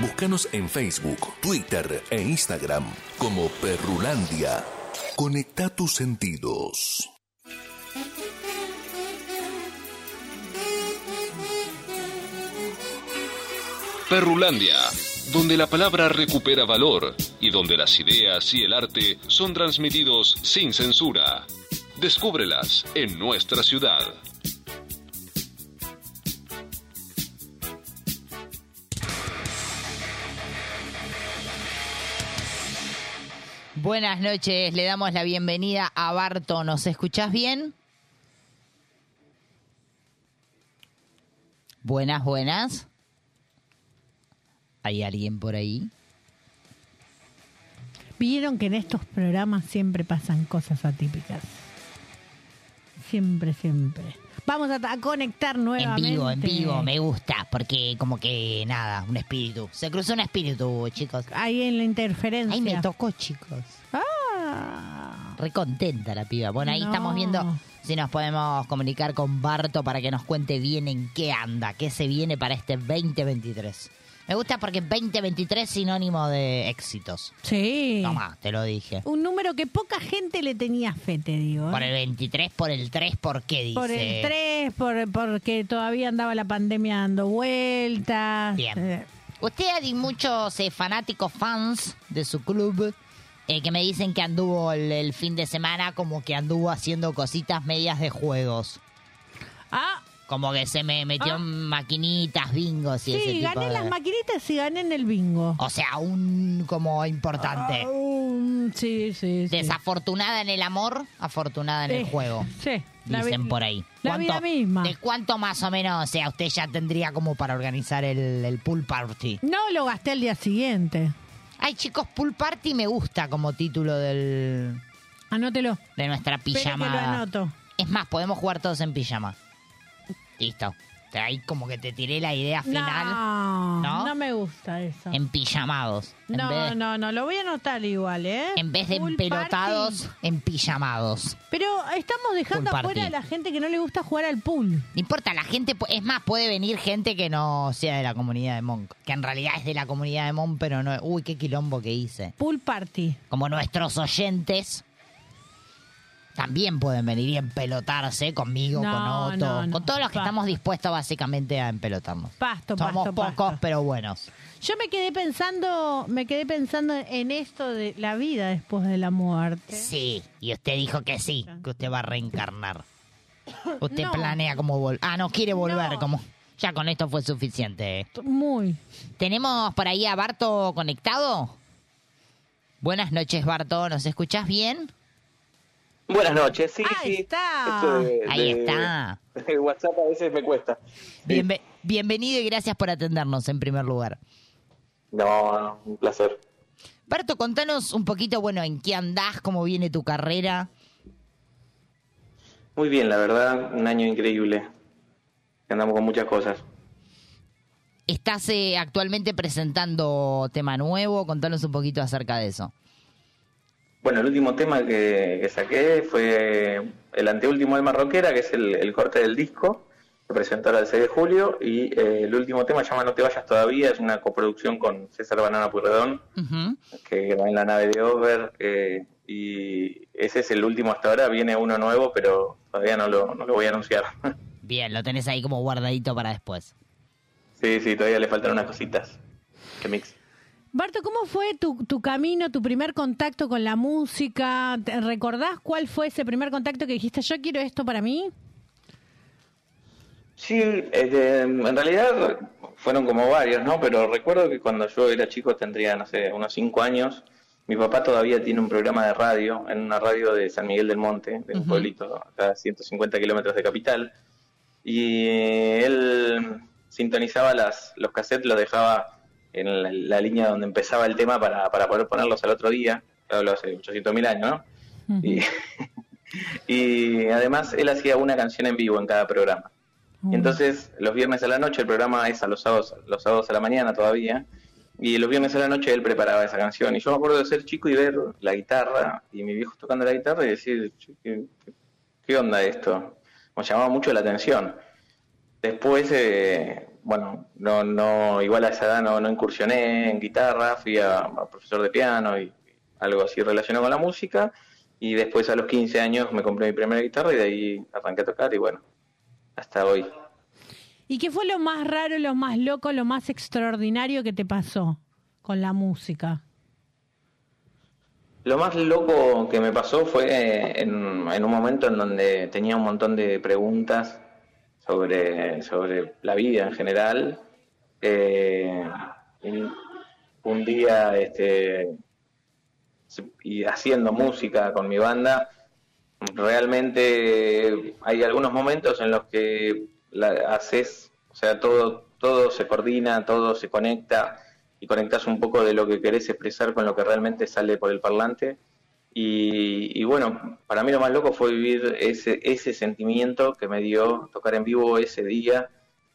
Búscanos en Facebook, Twitter e Instagram como Perrulandia. Conecta tus sentidos. Perrulandia, donde la palabra recupera valor y donde las ideas y el arte son transmitidos sin censura. Descúbrelas en nuestra ciudad. Buenas noches, le damos la bienvenida a Barto. ¿Nos escuchás bien? Buenas, buenas. ¿Hay alguien por ahí? Vieron que en estos programas siempre pasan cosas atípicas. Siempre, siempre. Vamos a, a conectar En nuevamente. vivo, en vivo, me gusta, porque como que nada, un espíritu. Se cruzó un espíritu, chicos. Ahí en la interferencia. Ahí me tocó, chicos. Ah, Recontenta la piba. Bueno, ahí No. estamos viendo si nos podemos comunicar con Barto para que nos cuente bien en qué anda, qué se viene para este 2023. Me gusta porque 2023 es sinónimo de éxitos. Sí. Toma, te lo dije. un número que poca gente le tenía fe, te digo. ¿eh? Por el 23, por el 3, ¿por qué dice? Por el 3, por, porque todavía andaba la pandemia dando vueltas. Bien. Eh, Usted hay muchos eh, fanáticos fans de su club eh, que me dicen que anduvo el, el fin de semana como que anduvo haciendo cositas medias de juegos. Ah. Como que se me metió en maquinitas, bingos y Sí, ese tipo gané de- las maquinitas y gané en el bingo. O sea, un como importante. Ah, un- sí, sí, sí. Desafortunada en el amor, afortunada en el Sí, juego. Sí. la Dicen vi- por ahí. La vida misma. ¿De cuánto más o menos, o sea, usted ya tendría como para organizar el, el pool party? No lo gasté al día siguiente. Ay, chicos, pool party me gusta como título del... Anótelo. De nuestra Espere que lo pijama. anoto. Es más, podemos jugar todos en pijama. Listo. Ahí como que te tiré la idea final No, ¿No? no, me gusta eso. en pijamados. En No, vez- no, no, lo voy a anotar igual, ¿eh? En vez de Pool empelotados, party. en pijamados. Pero estamos dejando Pool party. afuera a la gente que no le gusta jugar al pool. No importa, la gente, pu- es más, puede venir gente que no sea de la comunidad de Monk, que en realidad es de la comunidad de Monk, pero no, uy, qué quilombo que hice. Pool party. Como nuestros oyentes también pueden venir y empelotarse conmigo, No, con Otto, no, no, con todos los que estamos dispuestos básicamente a empelotarnos. Pasto, Somos pasto, pocos, pasto. pero buenos. Yo me quedé pensando, me quedé pensando en esto de la vida después de la muerte. Sí, y usted dijo que sí, que usted va a reencarnar. Usted No. planea como volver. Ah, no, quiere volver como. Ya con esto fue suficiente. Muy. ¿Tenemos por ahí a Barto conectado? Buenas noches, Barto. ¿Nos escuchás bien? Buenas noches, sí, Ahí sí. está. Esto de- Ahí de- está. El WhatsApp a veces me cuesta. Bienve- bienvenido y gracias por atendernos en primer lugar. No, no, un placer. Barto, contanos un poquito, bueno, en qué andás, cómo viene tu carrera. Muy bien, la verdad, un año increíble. Andamos con muchas cosas. Estás eh, actualmente presentando tema nuevo, contanos un poquito acerca de eso. Bueno, el último tema que, que saqué fue el anteúltimo de Marroquera, que es el, el corte del disco, que presentó ahora el 6 de julio, y eh, el último tema se llama No te vayas todavía, es una coproducción con César Banana Purredón, que grabó en la nave de Over, eh, y ese es el último hasta ahora, viene uno nuevo, pero todavía no lo, no lo voy a anunciar. Bien, lo tenés ahí como guardadito para después. sí, sí, todavía le faltan unas cositas. Que mix. Barto, ¿cómo fue tu, tu camino, tu primer contacto con la música? ¿Te- ¿Recordás cuál fue ese primer contacto que dijiste, yo quiero esto para mí? Sí, este, en realidad fueron como varios, ¿no? Pero recuerdo que cuando yo era chico tendría, no sé, unos cinco años. Mi papá todavía tiene un programa de radio, en una radio de San Miguel del Monte, de un Ujú. pueblito acá a 150 kilómetros de capital. Y él sintonizaba las, los cassettes, los dejaba en la, la línea donde empezaba el tema para, para poder ponerlos al otro día. Hablo hace 800.000 años, ¿no? Y- y además él hacía una canción en vivo en cada programa. Y entonces, los viernes a la noche, el programa es a los sábados, los sábados a la mañana todavía, y los viernes a la noche él preparaba esa canción. Y yo me acuerdo de ser chico y ver la guitarra, y mi viejo tocando la guitarra y decir, "Che, ¿qué, qué- qué onda esto? Me llamaba mucho la atención. Después, eh, bueno, no, no, igual a esa edad no, no incursioné en guitarra, fui a, a profesor de piano y algo así relacionado con la música. Y después a los 15 años me compré mi primera guitarra y de ahí arranqué a tocar y bueno, hasta hoy. ¿Y qué fue lo más raro, lo más loco, lo más extraordinario que te pasó con la música? Lo más loco que me pasó fue eh, en, en un momento en donde tenía un montón de preguntas sobre, sobre la vida en general. Eh, y un día, este, y haciendo música con mi banda, realmente hay algunos momentos en los que la, haces, o sea, todo, todo se coordina, todo se conecta y conectas un poco de lo que querés expresar con lo que realmente sale por el parlante. Y, y bueno, para mí lo más loco fue vivir ese, ese sentimiento que me dio tocar en vivo ese día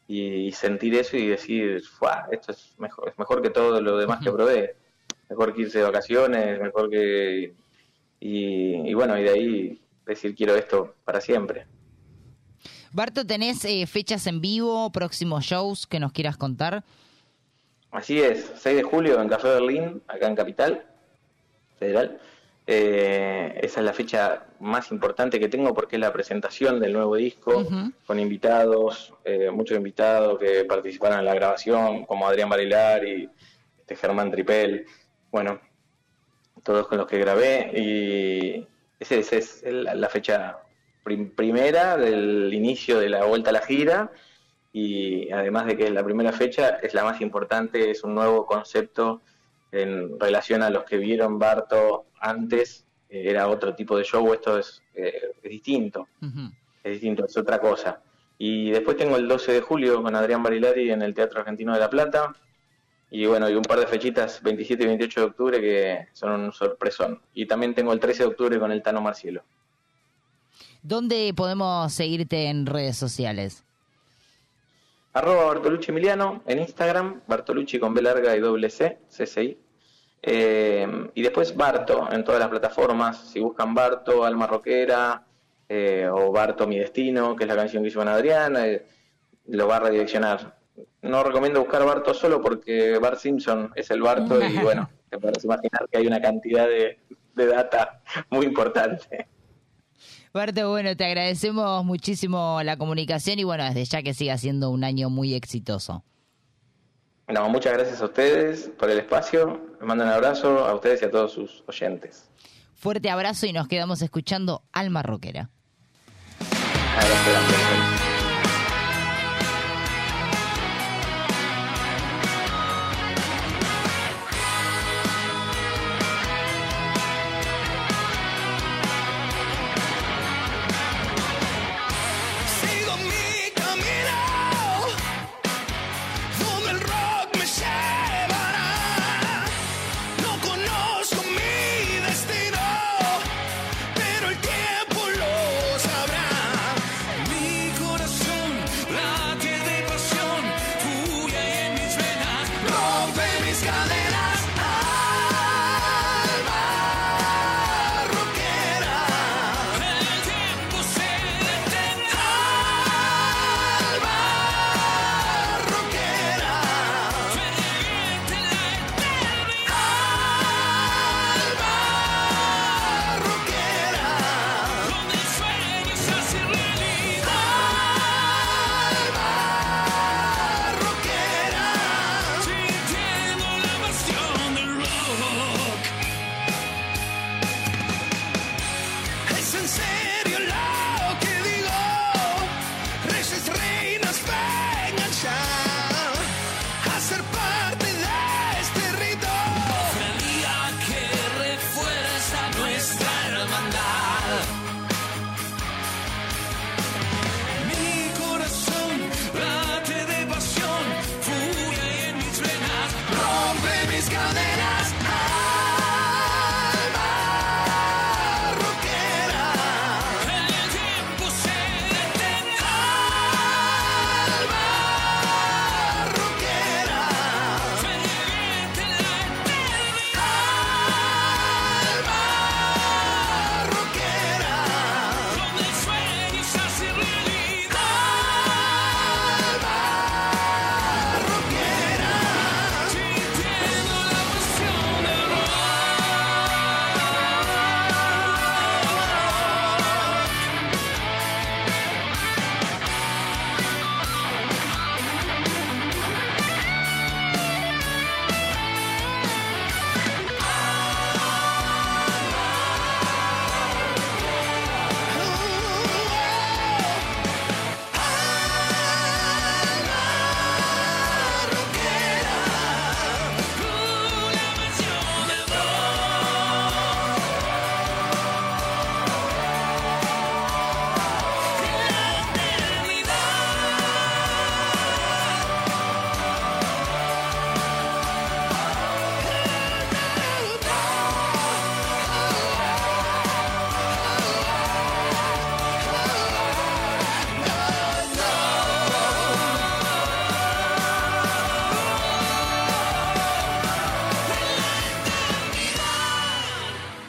y, sentir eso y decir, "Fua, esto es mejor, es mejor que todo lo demás que probé, mejor que irse de vacaciones, mejor que... Y, y bueno, y de ahí decir quiero esto para siempre. Barto, ¿tenés eh, fechas en vivo, próximos shows que nos quieras contar? Así es, 6 de julio en Café Berlín, acá en Capital Federal. Eh, esa es la fecha más importante que tengo porque es la presentación del nuevo disco con invitados, eh, muchos invitados que participaron en la grabación, como Adrián Barilar y este, Germán Tripel. Bueno, todos con los que grabé y esa es el- la fecha prim- primera del inicio de la vuelta a la gira y además de que es la primera fecha, es la más importante, es un nuevo concepto en relación a los que vieron Barto antes, eh, era otro tipo de show, esto es, eh, es distinto, es distinto, es otra cosa. Y después tengo el 12 de julio con Adrián Barilari en el Teatro Argentino de La Plata, y bueno, y un par de fechitas, 27 y 28 de octubre, que son un sorpresón. Y también tengo el 13 de octubre con el Tano Marcielo. ¿Dónde podemos seguirte en redes sociales? Arroba Bartolucci Emiliano en Instagram, Bartolucci con B larga y doble C, CCI. Eh, y después Barto en todas las plataformas. Si buscan Barto, Alma Roquera eh, o Barto Mi Destino, que es la canción que hizo con Adriana, eh, lo va a redireccionar. No recomiendo buscar Barto solo porque Bart Simpson es el Barto y bueno, te podrás imaginar que hay una cantidad de, de data muy importante. Barto, bueno, te agradecemos muchísimo la comunicación y bueno, desde ya que siga siendo un año muy exitoso. No, muchas gracias a ustedes por el espacio. Les mando un abrazo a ustedes y a todos sus oyentes. Fuerte abrazo y nos quedamos escuchando Alma Roquera. Abrazo grande. Sigo mi camino, donde el rock me llevará. No conozco mi destino, pero el tiempo lo sabrá. Mi corazón late de pasión, furia y en mis venas rompe mis cadenas. Alma roquera, el tiempo se Donde sueños se hacen realidad Alma rockera Sintiendo la pasión del rock Es en serio lo que digo Reyes, reinas, vengan ya A ser parte de este rito Ofrendía que refuerza nuestra hermandad mi corazón late de pasión, furia y en mis venas rompe mis cadenas. Alma roquera, el tiempo se detendrá. Alma roquera, se divierte la eternidad. Alma roquera, donde el sueño se hace realidad. Alma roquera, sintiendo la pasión del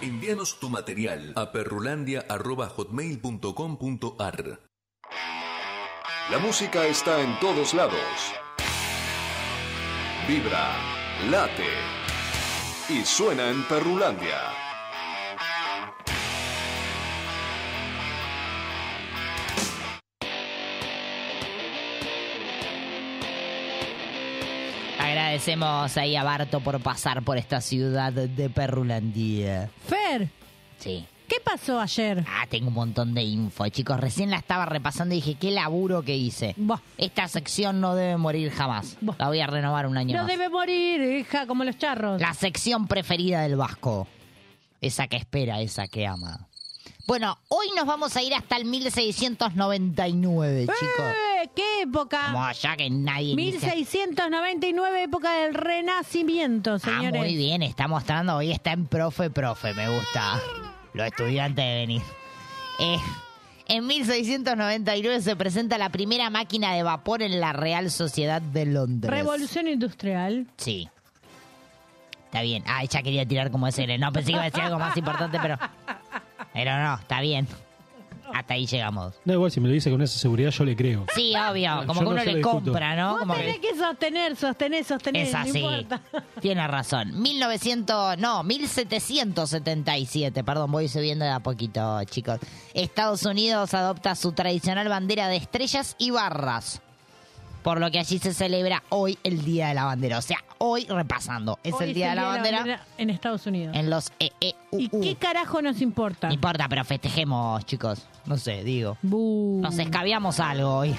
Envíanos tu material a perrulandia.hotmail.com.ar La música está en todos lados. Vibra, late y suena en Perrulandia. Agradecemos ahí a Barto por pasar por esta ciudad de Perrulandía. Fer, Sí. ¿qué pasó ayer? Ah, tengo un montón de info, chicos. Recién la estaba repasando y dije, qué laburo que hice. Esta sección no debe morir jamás. La voy a renovar un año No más. debe morir, hija, como los charros. La sección preferida del Vasco. Esa que espera, esa que ama. Bueno, hoy nos vamos a ir hasta el 1699, chicos. ¡Eh! ¡Qué época! Como allá que nadie... ni se 1699, época del renacimiento, Ah, señores. muy bien, está mostrando, hoy está en profe, profe, me gusta. Los estudiantes de venir. Eh, En 1699 se presenta la primera máquina de vapor en la Real Sociedad de Londres. Revolución industrial. Sí. Está bien. Ah, ella quería tirar como ese. No, pensé que iba a decir algo más importante, pero. Pero no, está bien. Hasta ahí llegamos. No, igual si me lo dice con esa seguridad, yo le creo. Sí, obvio. Como Yo que uno no se le lo discuto. compra, ¿no? Vos Como tenés que... que sostener, sostener, sostener. Es no así. importa. Tiene razón. 1900, no, 1777, perdón, voy subiendo de a poquito, chicos. Estados Unidos adopta su tradicional bandera de estrellas y barras. Por lo que allí se celebra hoy el Día de la Bandera. O sea, hoy repasando. Es Hoy el Día de la Bandera en Estados Unidos. en los EEU. ¿Y qué carajo nos importa? No importa, pero festejemos, chicos. No sé, digo. Nos escabiamos algo hoy.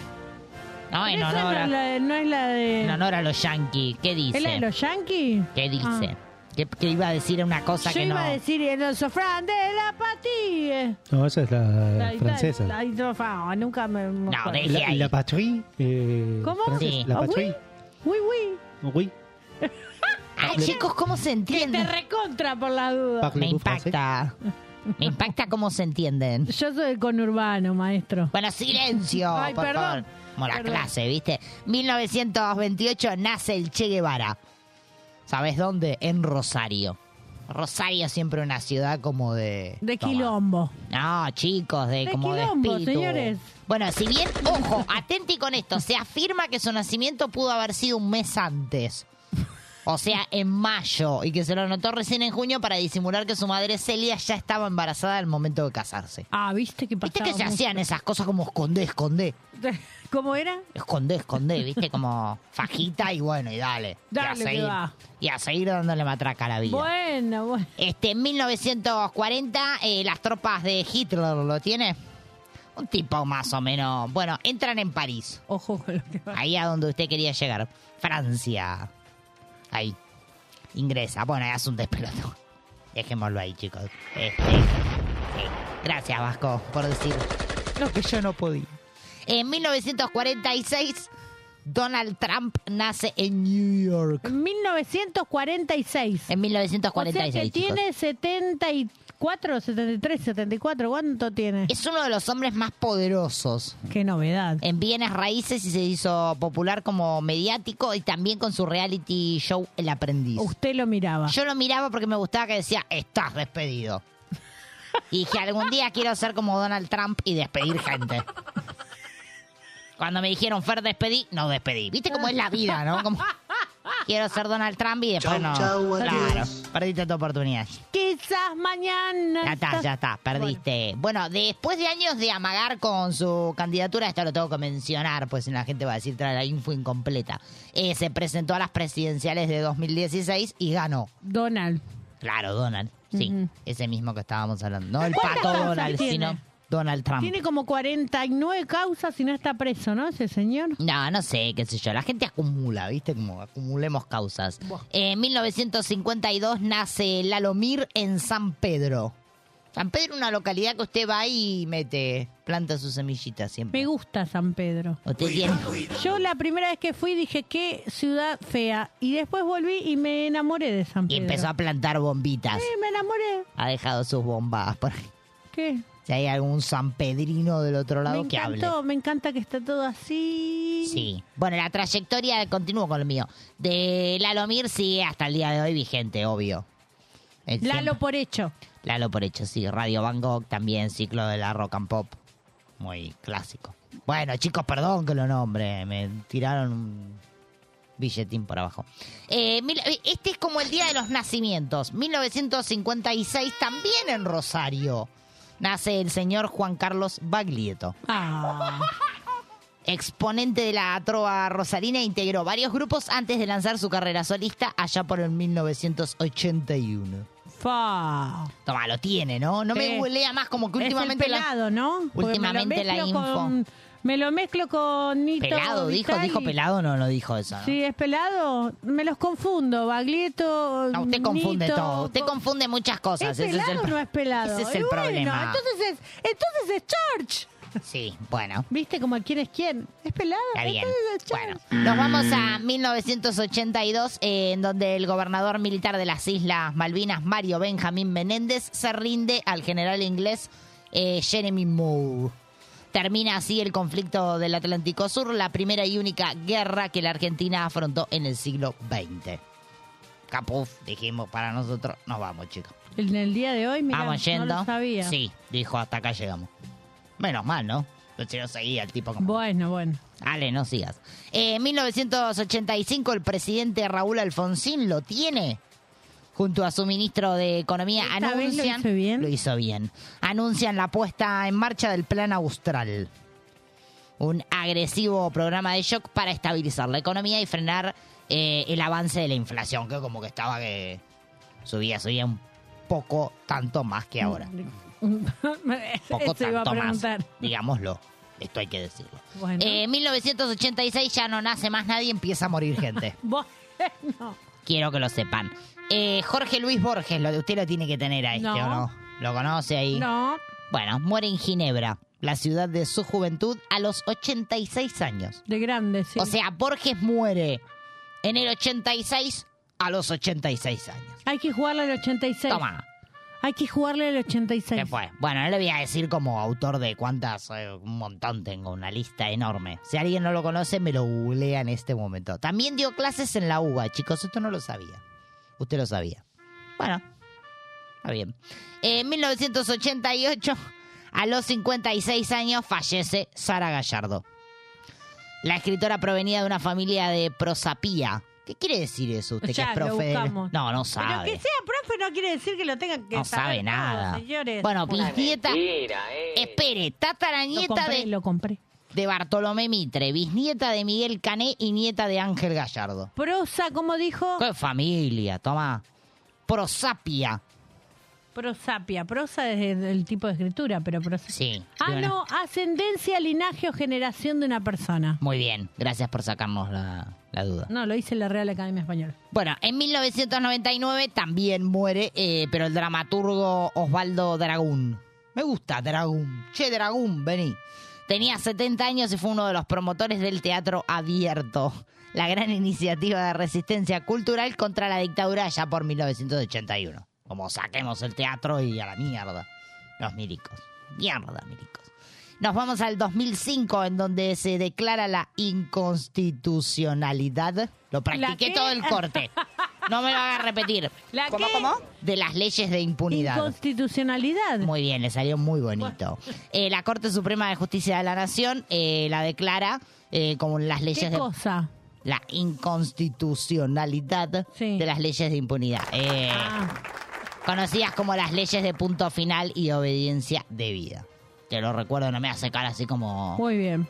No, en Uh. Pero esa no honor, a, es la de- no es la de... en honor a los yankees. ¿Qué dice? ¿Es la de los Yankees? ¿Qué dice? Ah. ¿Qué, qué iba a decir una cosa Yo que iba no? a decir el sofrán de la patilla. No, esa es la, La- Eh, francesa. La, la- fa- ah, nunca me... me acuerdo. Y la, y la patrie. eh, ¿Cómo? francesa, Sí. La Ah, oui. patrie. Uy, uy. Oui. Ay, chicos, ¿cómo se entiende? Te recontra por la duda. Me impacta. Me impacta cómo se entienden. Yo soy del conurbano, maestro. Bueno, silencio. Ay, por perdón. favor. Como la Perdón. clase, ¿viste? 1928 nace el Che Guevara. ¿Sabes dónde? En Rosario. Rosario siempre una ciudad como de... De Toma. quilombo. No, chicos, de, De como quilombo, de espíritu. señores. Bueno, si bien, ojo, atenti con esto, se afirma que su nacimiento pudo haber sido un mes antes. O sea, en mayo, y que se lo notó recién en junio para disimular que su madre Celia ya estaba embarazada al momento de casarse. Ah, ¿viste que ¿Viste que se mucho? hacían esas cosas como escondé, escondé? ¿Cómo era? Escondé, escondé, ¿viste? Como fajita y bueno, y dale. y a Dale que seguir, va. y a seguir dándole matraca a la vida. Bueno, bueno. Este, en 1940, eh, las tropas de Hitler lo tiene. Un tipo más o menos. Bueno, entran en París. Ojo con lo que Ahí a donde usted quería llegar. Francia. Ahí. Ingresa. Bueno, es un despeloto. Dejémoslo ahí, chicos. Este, sí. Gracias, Vasco, por decir lo que yo no podía. En 1946, Donald Trump nace en New York. En 1946. En O 1946. sea que chicos. tiene 74, 73, 74. ¿Cuánto tiene? Es uno de los hombres más poderosos. Qué novedad. En bienes raíces y se hizo popular como mediático y también con su reality show El Aprendiz. Usted lo miraba. Yo lo miraba porque me gustaba que decía, estás despedido. Y dije, algún día quiero ser como Donald Trump y despedir gente. Cuando me dijeron, Fer, despedí, no despedí. ¿Viste cómo es la vida, no? Como, quiero ser Donald Trump y Chau, después no. chau, adiós. claro, perdiste tu oportunidad. Quizás mañana. Ya está, ya está, perdiste. Bueno. después de años de amagar con su candidatura, esto lo tengo que mencionar, pues si no, la gente va a decir trae la info incompleta. Eh, se presentó a las presidenciales de 2016 y ganó. Donald. Claro, Donald. Sí, Ujú. ese mismo que estábamos hablando. No el ¿Cuántas pato causas Donald, tiene? sino Donald Trump. Tiene como 49 causas y no está preso, ¿no? Ese señor. No, no sé, qué sé yo. La gente acumula, ¿viste? Como acumulemos causas. En 1952 nace Lalomir en San Pedro. San Pedro, una localidad que usted va y mete, planta sus semillitas siempre. Me gusta San Pedro. Usted tiene- Yo la primera vez que fui dije, qué ciudad fea. Y después volví y me enamoré de San y Pedro. empezó a plantar bombitas. Sí, Eh, me enamoré. Ha dejado sus bombas por ahí. ¿Qué? Si hay algún sanpedrino del otro lado me que hable. encantó, me encanta que está todo así. Sí. Bueno, la trayectoria, continúo con lo mío, de Lalomir sigue hasta el día de hoy vigente, obvio. Es Lalo siempre- por hecho. Lalo por hecho, sí. Radio Bangkok también, ciclo de la rock and pop. Muy clásico. Bueno, chicos, perdón que lo nombre. Me tiraron un billetín por abajo. Eh, mil- eh, este es como el día de los nacimientos. 1956, también en Rosario. Nace el señor Juan Carlos Baglietto. Ah. Exponente de la trova rosarina, integró varios grupos antes de lanzar su carrera solista allá por el 1981. Fa. Toma, lo tiene, ¿no? No Sí. me googlea más como que Es el últimamente. pelado, ¿no? Porque me lo Últimamente la mezclo info. con- me lo mezclo con Nito Pelado, dijo, Vitali. dijo pelado, no, no dijo eso. ¿no? Sí, es pelado. Me los confundo. Baglietto. No, usted confunde Nito, todo. Usted confunde muchas cosas. ¿Es ese pelado es el, o no es pelado? Ese es Y el bueno, problema. Entonces es, entonces es George. Sí, bueno. ¿Viste como quién es quién? ¿Es pelado? Está bien. Entonces es George. Nos vamos a 1982, eh, en donde el gobernador militar de las Islas Malvinas, Mario Benjamín Menéndez, se rinde al general inglés eh, Jeremy Moore. Termina así el conflicto del Atlántico Sur, la primera y única guerra que la Argentina afrontó en el siglo XX. Capuf, dijimos, para nosotros nos vamos, chicos. En el día de hoy, mirá, Vamos yendo. no lo sabía. Sí, dijo, hasta acá llegamos. Menos mal, ¿no? Pero Si no seguía el tipo como... Bueno, bueno. Ale, no sigas. Eh, En 1985 el presidente Raúl Alfonsín lo tiene. Junto a su ministro de Economía Esta vez lo anuncian... hice bien. Lo hizo bien. Anuncian la puesta en marcha del Plan Austral. Un agresivo programa de shock para estabilizar la economía y frenar eh, el avance de la inflación, que como que estaba que subía, subía un poco, tanto más que ahora. Poco, Eso iba a tanto preguntar. más. Digámoslo. Esto hay que decirlo. Bueno. Eh, 1986 ya no nace más nadie, empieza a morir gente. Bueno. Quiero que lo sepan. Eh, Jorge Luis Borges, lo de usted lo tiene que tener a este, No. ¿o no? ¿Lo conoce ahí? No. Bueno, muere en Ginebra, la ciudad de su juventud, a los 86 años. De grande, sí. O sea, Borges muere en el 86 a los 86 años. Hay que jugarle al 86. Toma. Hay que jugarle al 86. Se fue. Bueno, no le voy a decir como autor de cuántas, eh, un montón tengo, una lista enorme. Si alguien no lo conoce, me lo googlea en este momento. También dio clases en la UBA, chicos, esto no lo sabía. Usted lo sabía. Bueno, está bien. En 1988, a los 56 años, fallece Sara Gallardo. La escritora provenía de una familia de prosapía. ¿Qué quiere decir eso? Usted Ya, que es lo profe. del- buscamos. No, no Pero sabe. que sea profe no quiere decir que lo tenga que Ah, No saber sabe todo, nada. señores. Bueno, bisnieta. Espere, Lo tataranieta compré, de, lo compré. de Bartolomé Mitre, bisnieta de Miguel Cané y nieta de Ángel Gallardo. Prosa, como dijo, ¡Qué familia! Toma. Prosapia. prosapia. Prosa es el, el tipo de escritura, pero prosa. Sí. Ah, de una- no, ascendencia, linaje o generación de una persona. Muy bien, gracias por sacarnos la, la duda. No, lo hice en la Real Academia Española. Bueno, en 1999 también muere, eh, pero el dramaturgo Osvaldo Dragún. Me gusta Dragún. Che, Dragún, vení. Tenía 70 años y fue uno de los promotores del teatro abierto, la gran iniciativa de resistencia cultural contra la dictadura ya por 1981. Como saquemos el teatro y a la mierda. Los milicos. Mierda, milicos. Nos vamos al 2005, en donde se declara la inconstitucionalidad. Lo practiqué qué? todo el corte. No me lo hagas repetir. ¿La ¿Cómo, qué? cómo? De las leyes de impunidad. Inconstitucionalidad. Muy bien, le salió muy bonito. Eh, la Corte Suprema de Justicia de la Nación eh, la declara eh, como las leyes ¿Qué de... cosa? La inconstitucionalidad de las leyes de impunidad. Eh, Ah. Conocidas como las leyes de punto final y obediencia debida. Te lo recuerdo, no me hace cara así como... Muy bien.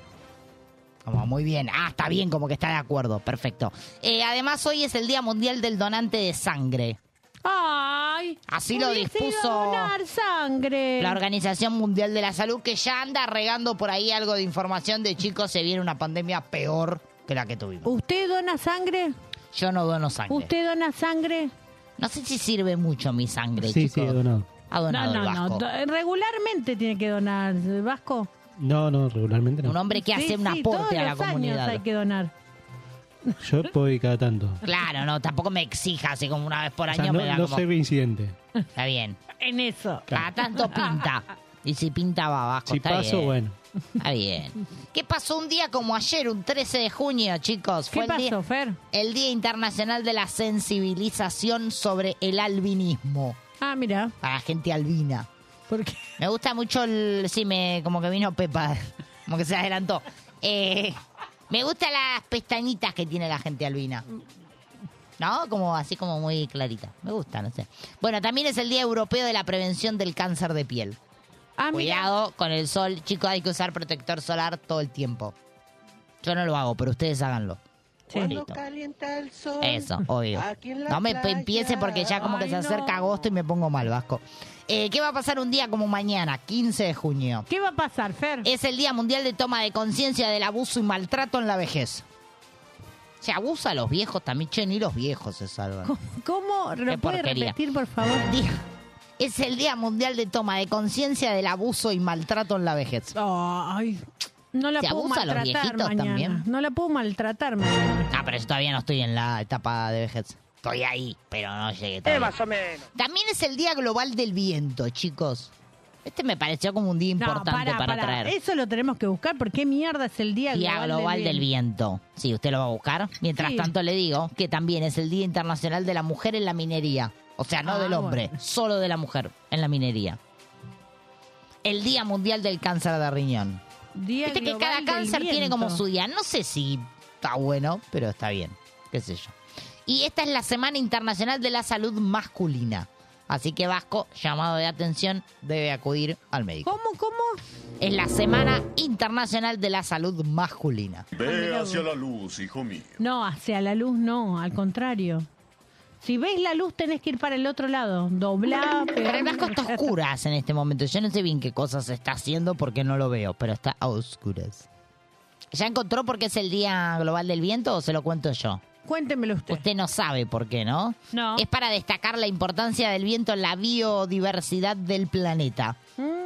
Como muy bien. Ah, está bien, como que está de acuerdo. Perfecto. Eh, además, hoy es el Día Mundial del Donante de Sangre. ¡Ay! Así lo hubiese ido dispuso- a donar sangre. La Organización Mundial de la Salud que ya anda regando por ahí algo de información de chicos, se viene una pandemia peor que la que tuvimos. ¿Usted dona sangre? Yo no dono sangre. ¿Usted dona sangre? No sé si sirve mucho mi sangre, Sí, sí, chicos. he donado. Ha donado no, el no, Vasco. no. Do- Regularmente tiene que donar el Vasco. No, no, regularmente Un no. hombre que hace Sí, un sí, aporte todos a la los años comunidad. hay que donar. Yo puedo ir cada tanto. Claro, no, tampoco me exija así como una vez por O año sea, no, me da no como... soy reincidente. Está bien. En eso. Cada tanto pinta. Y si pinta va abajo. Si está paso, bien. bueno. Está bien. ¿Qué pasó un día como ayer, un 13 de junio, chicos? ¿Qué el pasó, día, El Día Internacional de la Sensibilización sobre el Albinismo. Ah, mira. Para la gente albina. ¿Por qué? Me gusta mucho el... Sí, me, como que vino Pepa. Como que se adelantó. Eh, me gustan las pestañitas que tiene la gente albina. ¿No? Como así como muy clarita. Me gusta, no sé. Bueno, también es el Día Europeo de la Prevención del Cáncer de Piel. Ah, Cuidado con el sol, chicos, hay que usar protector solar todo el tiempo. Yo no lo hago, pero ustedes háganlo. Listo. calienta el sol. Eso, obvio. No me pe- empiece porque ya como que se acerca agosto y me pongo mal, Vasco. Eh, ¿Qué va a pasar un día como mañana, 15 de junio? ¿Qué va a pasar, Fer? Es el Día Mundial de Toma de Conciencia del Abuso y Maltrato en la Vejez. Se abusa a los viejos también, che, ni los viejos se salvan. ¿Cómo lo Qué puede porquería. repetir, por favor? Es el Día Mundial de Toma de Conciencia del Abuso y Maltrato en la Vejez. Ay, no la ¿Se puedo abusa a los maltratar viejitos mañana. también? No la puedo maltratar mañana. Ah, pero yo todavía no estoy en la etapa de vejez. Estoy ahí, pero no llegué todavía. Eh, o menos. También es el Día Global del Viento, chicos. Este me pareció como un día importante pará, para, pará. traer. Eso lo tenemos que buscar. ¿Por qué mierda es el Día, Día Global del Viento. Sí, usted lo va a buscar. Mientras Sí. tanto le digo que también es el Día Internacional de la Mujer en la Minería. O sea, no Ah, del hombre, solo de la mujer en la minería. El Día Mundial del Cáncer de Riñón. Día Viste que Global cada del cáncer tiene como Viento. su día. No sé si está bueno, pero está bien. Qué sé yo. Y esta es la Semana Internacional de la Salud Masculina. Así que Vasco, llamado de atención, debe acudir al médico. ¿Cómo, cómo? Es la Semana Internacional de la Salud Masculina. Ve hacia la luz, hijo mío. No, hacia la luz no, al contrario. Si ves la luz tenés que ir para el otro lado. Doblá, Pero el pegá. Vasco está a oscuras en este momento. Yo no sé bien qué cosas está haciendo porque no lo veo, pero está a oscuras. ¿Ya encontró por qué es el Día Global del Viento o se lo cuento yo? Cuéntemelo usted. Usted no sabe por qué, ¿no? No. Es para destacar la importancia del viento en la biodiversidad del planeta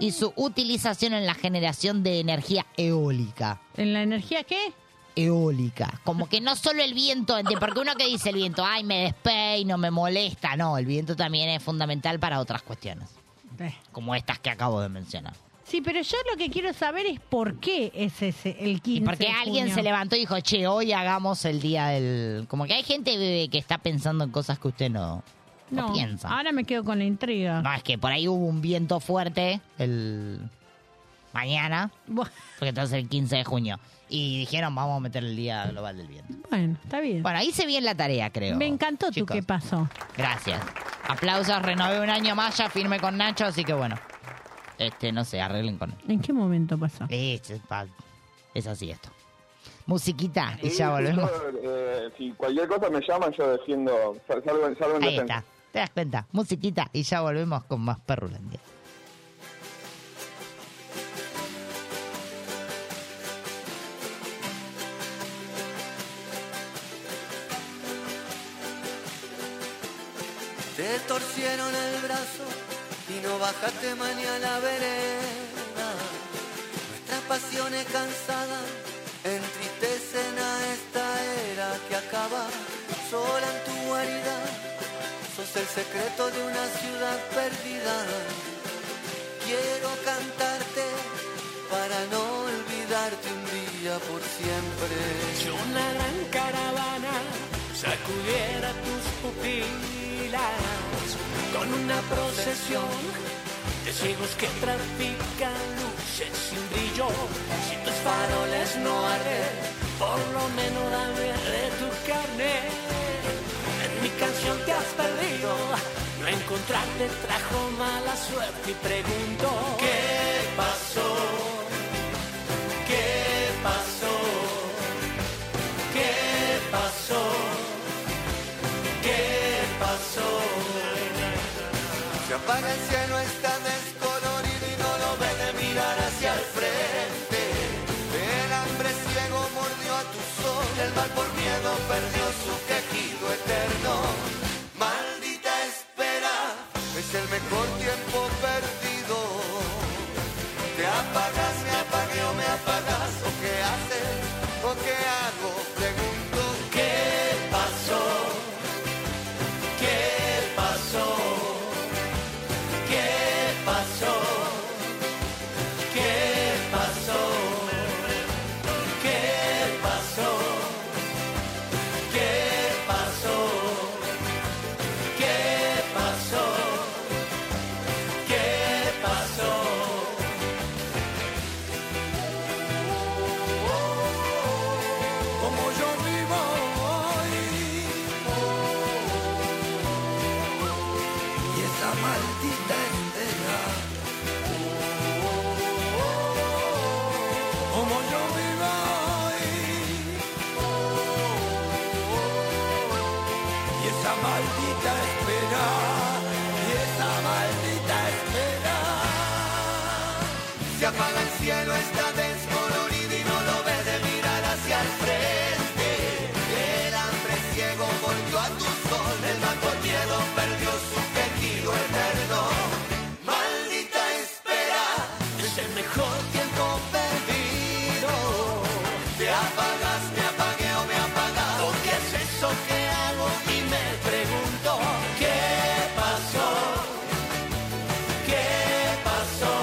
y su utilización en la generación de energía eólica. ¿En la energía qué? Eólica. Como que no solo el viento, ente- porque uno que dice el viento, ay, me despeino, me molesta. No, el viento también es fundamental para otras cuestiones, Eh. como estas que acabo de mencionar. Sí, pero yo lo que quiero saber es por qué es ese el 15 Y porque de alguien junio. se levantó y dijo, che, hoy hagamos el día del... Como que hay gente eh, que está pensando en cosas que usted no, no, No, piensa. ahora me quedo con la intriga. No, es que por ahí hubo un viento fuerte el mañana, porque entonces el 15 de junio. Y dijeron, vamos a meter el Día Global del Viento. Bueno, está bien. Bueno, hice bien la tarea, creo. me encantó chicos. tu qué pasó. Gracias. Aplausos, renové un año más, ya firme con Nacho, así que bueno. Este, no sé, arreglen con él. ¿En qué momento pasó? Es, pa- es así esto. Musiquita y ya volvemos. Eh, si cualquier cosa me llaman, yo defiendo. sal- Salgo, en- salgo en Ahí defensa. está. ¿Te das cuenta? Musiquita y ya volvemos con más Perrulandia. Te torcieron el brazo y no bajaste mañana a la vereda. Nuestras pasiones cansadas entristecen a esta era que acaba sola en tu guarida. Sos el secreto de una ciudad perdida. Quiero cantarte para no olvidarte un día por siempre. Si una gran caravana sacudiera tus pupilas con una procesión de ciegos que trafican luces sin brillo. Si tus faroles no arden, por lo menos dame de tu carne. En mi canción te has perdido, no encontrarte trajo mala suerte y pregunto ¿Qué pasó? ¿Qué pasó? ¿Qué pasó? ¿Qué pasó? Se apaga el cielo, está descolorido y no lo ves de mirar hacia el frente. El hambre ciego mordió a tu sol, el mal por miedo perdió su quejido eterno. Maldita espera, es el mejor tiempo perdido. Te apagas, me apagué o me apagas, o qué haces, o qué hago, pregunto. ¿Qué pasó? ¿Qué pasó? ¿Qué pasó? ¿Qué pasó? ¿Qué pasó? ¿Qué pasó? ¿Qué pasó? ¿Qué pasó? Como yo vivo hoy. y esa maldita estela. Como yo vivo hoy, y esa maldita espera, y esa maldita espera. Se apaga el cielo, está descolorido y no lo ves de mirar hacia el frente. El hambre ciego volvió a tu sol, el mal por miedo perdió su querido eterno. Maldita espera, es el mejor tiempo perdido. Te apagas, me apagué o me apagas. ¿O qué es eso que hago? Y me pregunto, ¿qué pasó? ¿Qué pasó?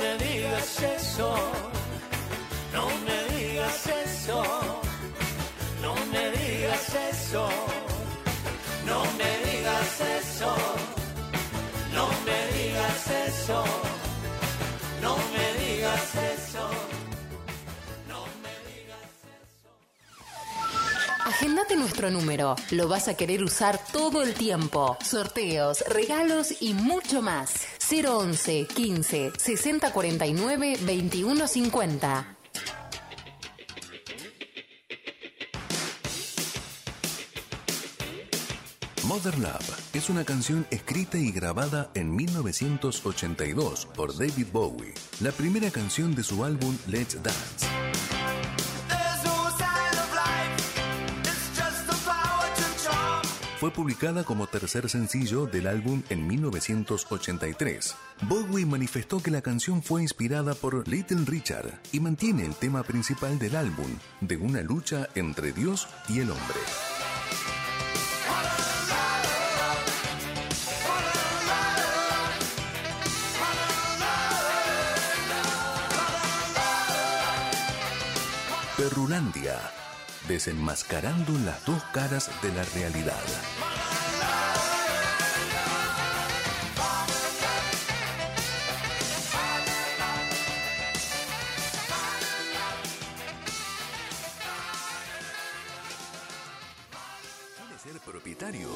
eso, no me digas eso, no me digas eso, no me digas eso, no me digas eso, no me digas eso. Agendate nuestro número. Lo vas a querer usar todo el tiempo. Sorteos, regalos y mucho más. 011 15 60 49 21 50. Mother Love es una canción escrita y grabada en 1982 por David Bowie, la primera canción de su álbum Let's Dance. There's no sign of life, it's just the power to charm. Fue publicada como tercer sencillo del álbum en 1983. Bowie manifestó que la canción fue inspirada por Little Richard y mantiene el tema principal del álbum, de una lucha entre Dios y el hombre. Perrulandia, desenmascarando las dos caras de la realidad. Quiere ser propietario?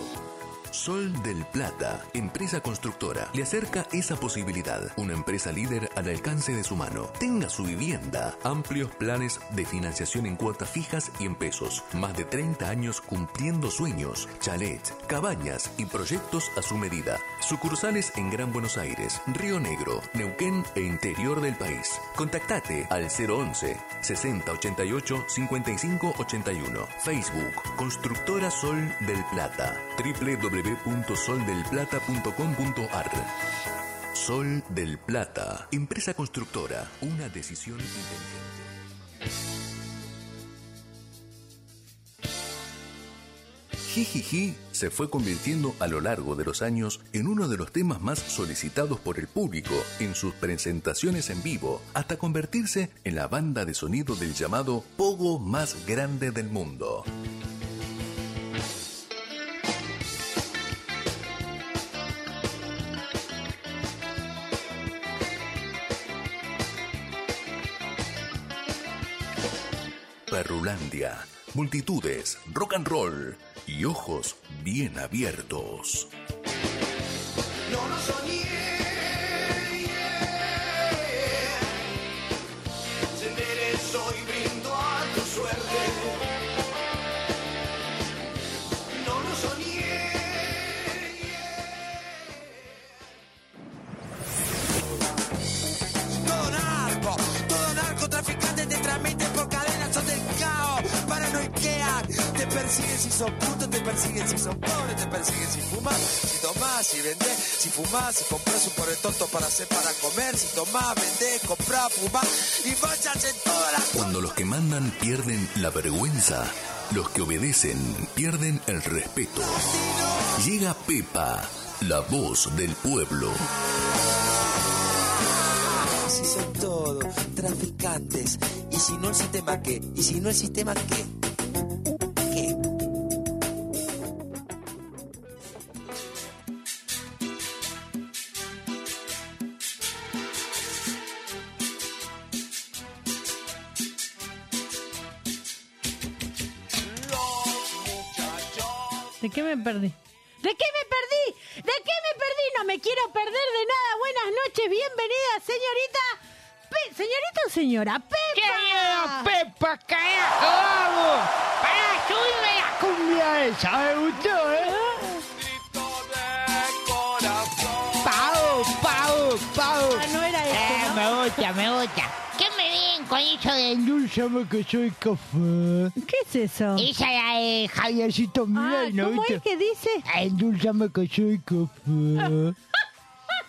Sol del Plata, empresa constructora, le acerca esa posibilidad. Una empresa líder al alcance de su mano. Tenga su vivienda. Amplios planes de financiación en cuotas fijas y en pesos. Más de 30 años cumpliendo sueños, chalets, cabañas y proyectos a su medida. Sucursales en Gran Buenos Aires, Río Negro, Neuquén e interior del país. Contactate al 011 6088 5581. Facebook Constructora Sol del Plata. www.soldelplata.com.ar. Sol del Plata, empresa constructora, una decisión inteligente. Jijiji se fue convirtiendo a lo largo de los años en uno de los temas más solicitados por el público en sus presentaciones en vivo, hasta convertirse en la banda de sonido del llamado Pogo más grande del mundo. Perrulandia, multitudes, rock and roll y ojos bien abiertos. No lo soñé, yeah. Te merezco y brindo a tu suerte. No lo soñé, Todo narco, todo narcotraficante te transmite por cadenas, son del caos, paranoiquean, te persiguen si son putos, te persiguen si son pobres, te persiguen si fumas, si tomás, si vendés, si fumás, si compras un pobre tonto para hacer para comer, si tomás, vendés, comprás, fumás y vayas en todas las... Cuando los que mandan pierden la vergüenza, los que obedecen pierden el respeto. Llega Pepa, la voz del pueblo. Si son todo traficantes, y si no el sistema qué, y si no el sistema qué. ¿Qué? ¿De qué me perdí? ¿De qué me perdí? ¿De qué me perdí? No me quiero perder de nada. Buenas noches, bienvenida, señorita. Pe- señorita o señora Pepa. ¡Qué miedo, Pepa, carajo, vamos! ¡Para, subirme la cumbia esa, me gustó, eh! Ah. Pau, pau, pau. Ah, no era esto, Eh, ¿no? Me gusta, me gusta. ¿Qué me vienen con eso de endulzame que soy café? ¿Qué es eso? Ah, Esa es la de Javiercito Milei, ¿no ¿cómo viste? es que dice? Endulzame que soy café. nah,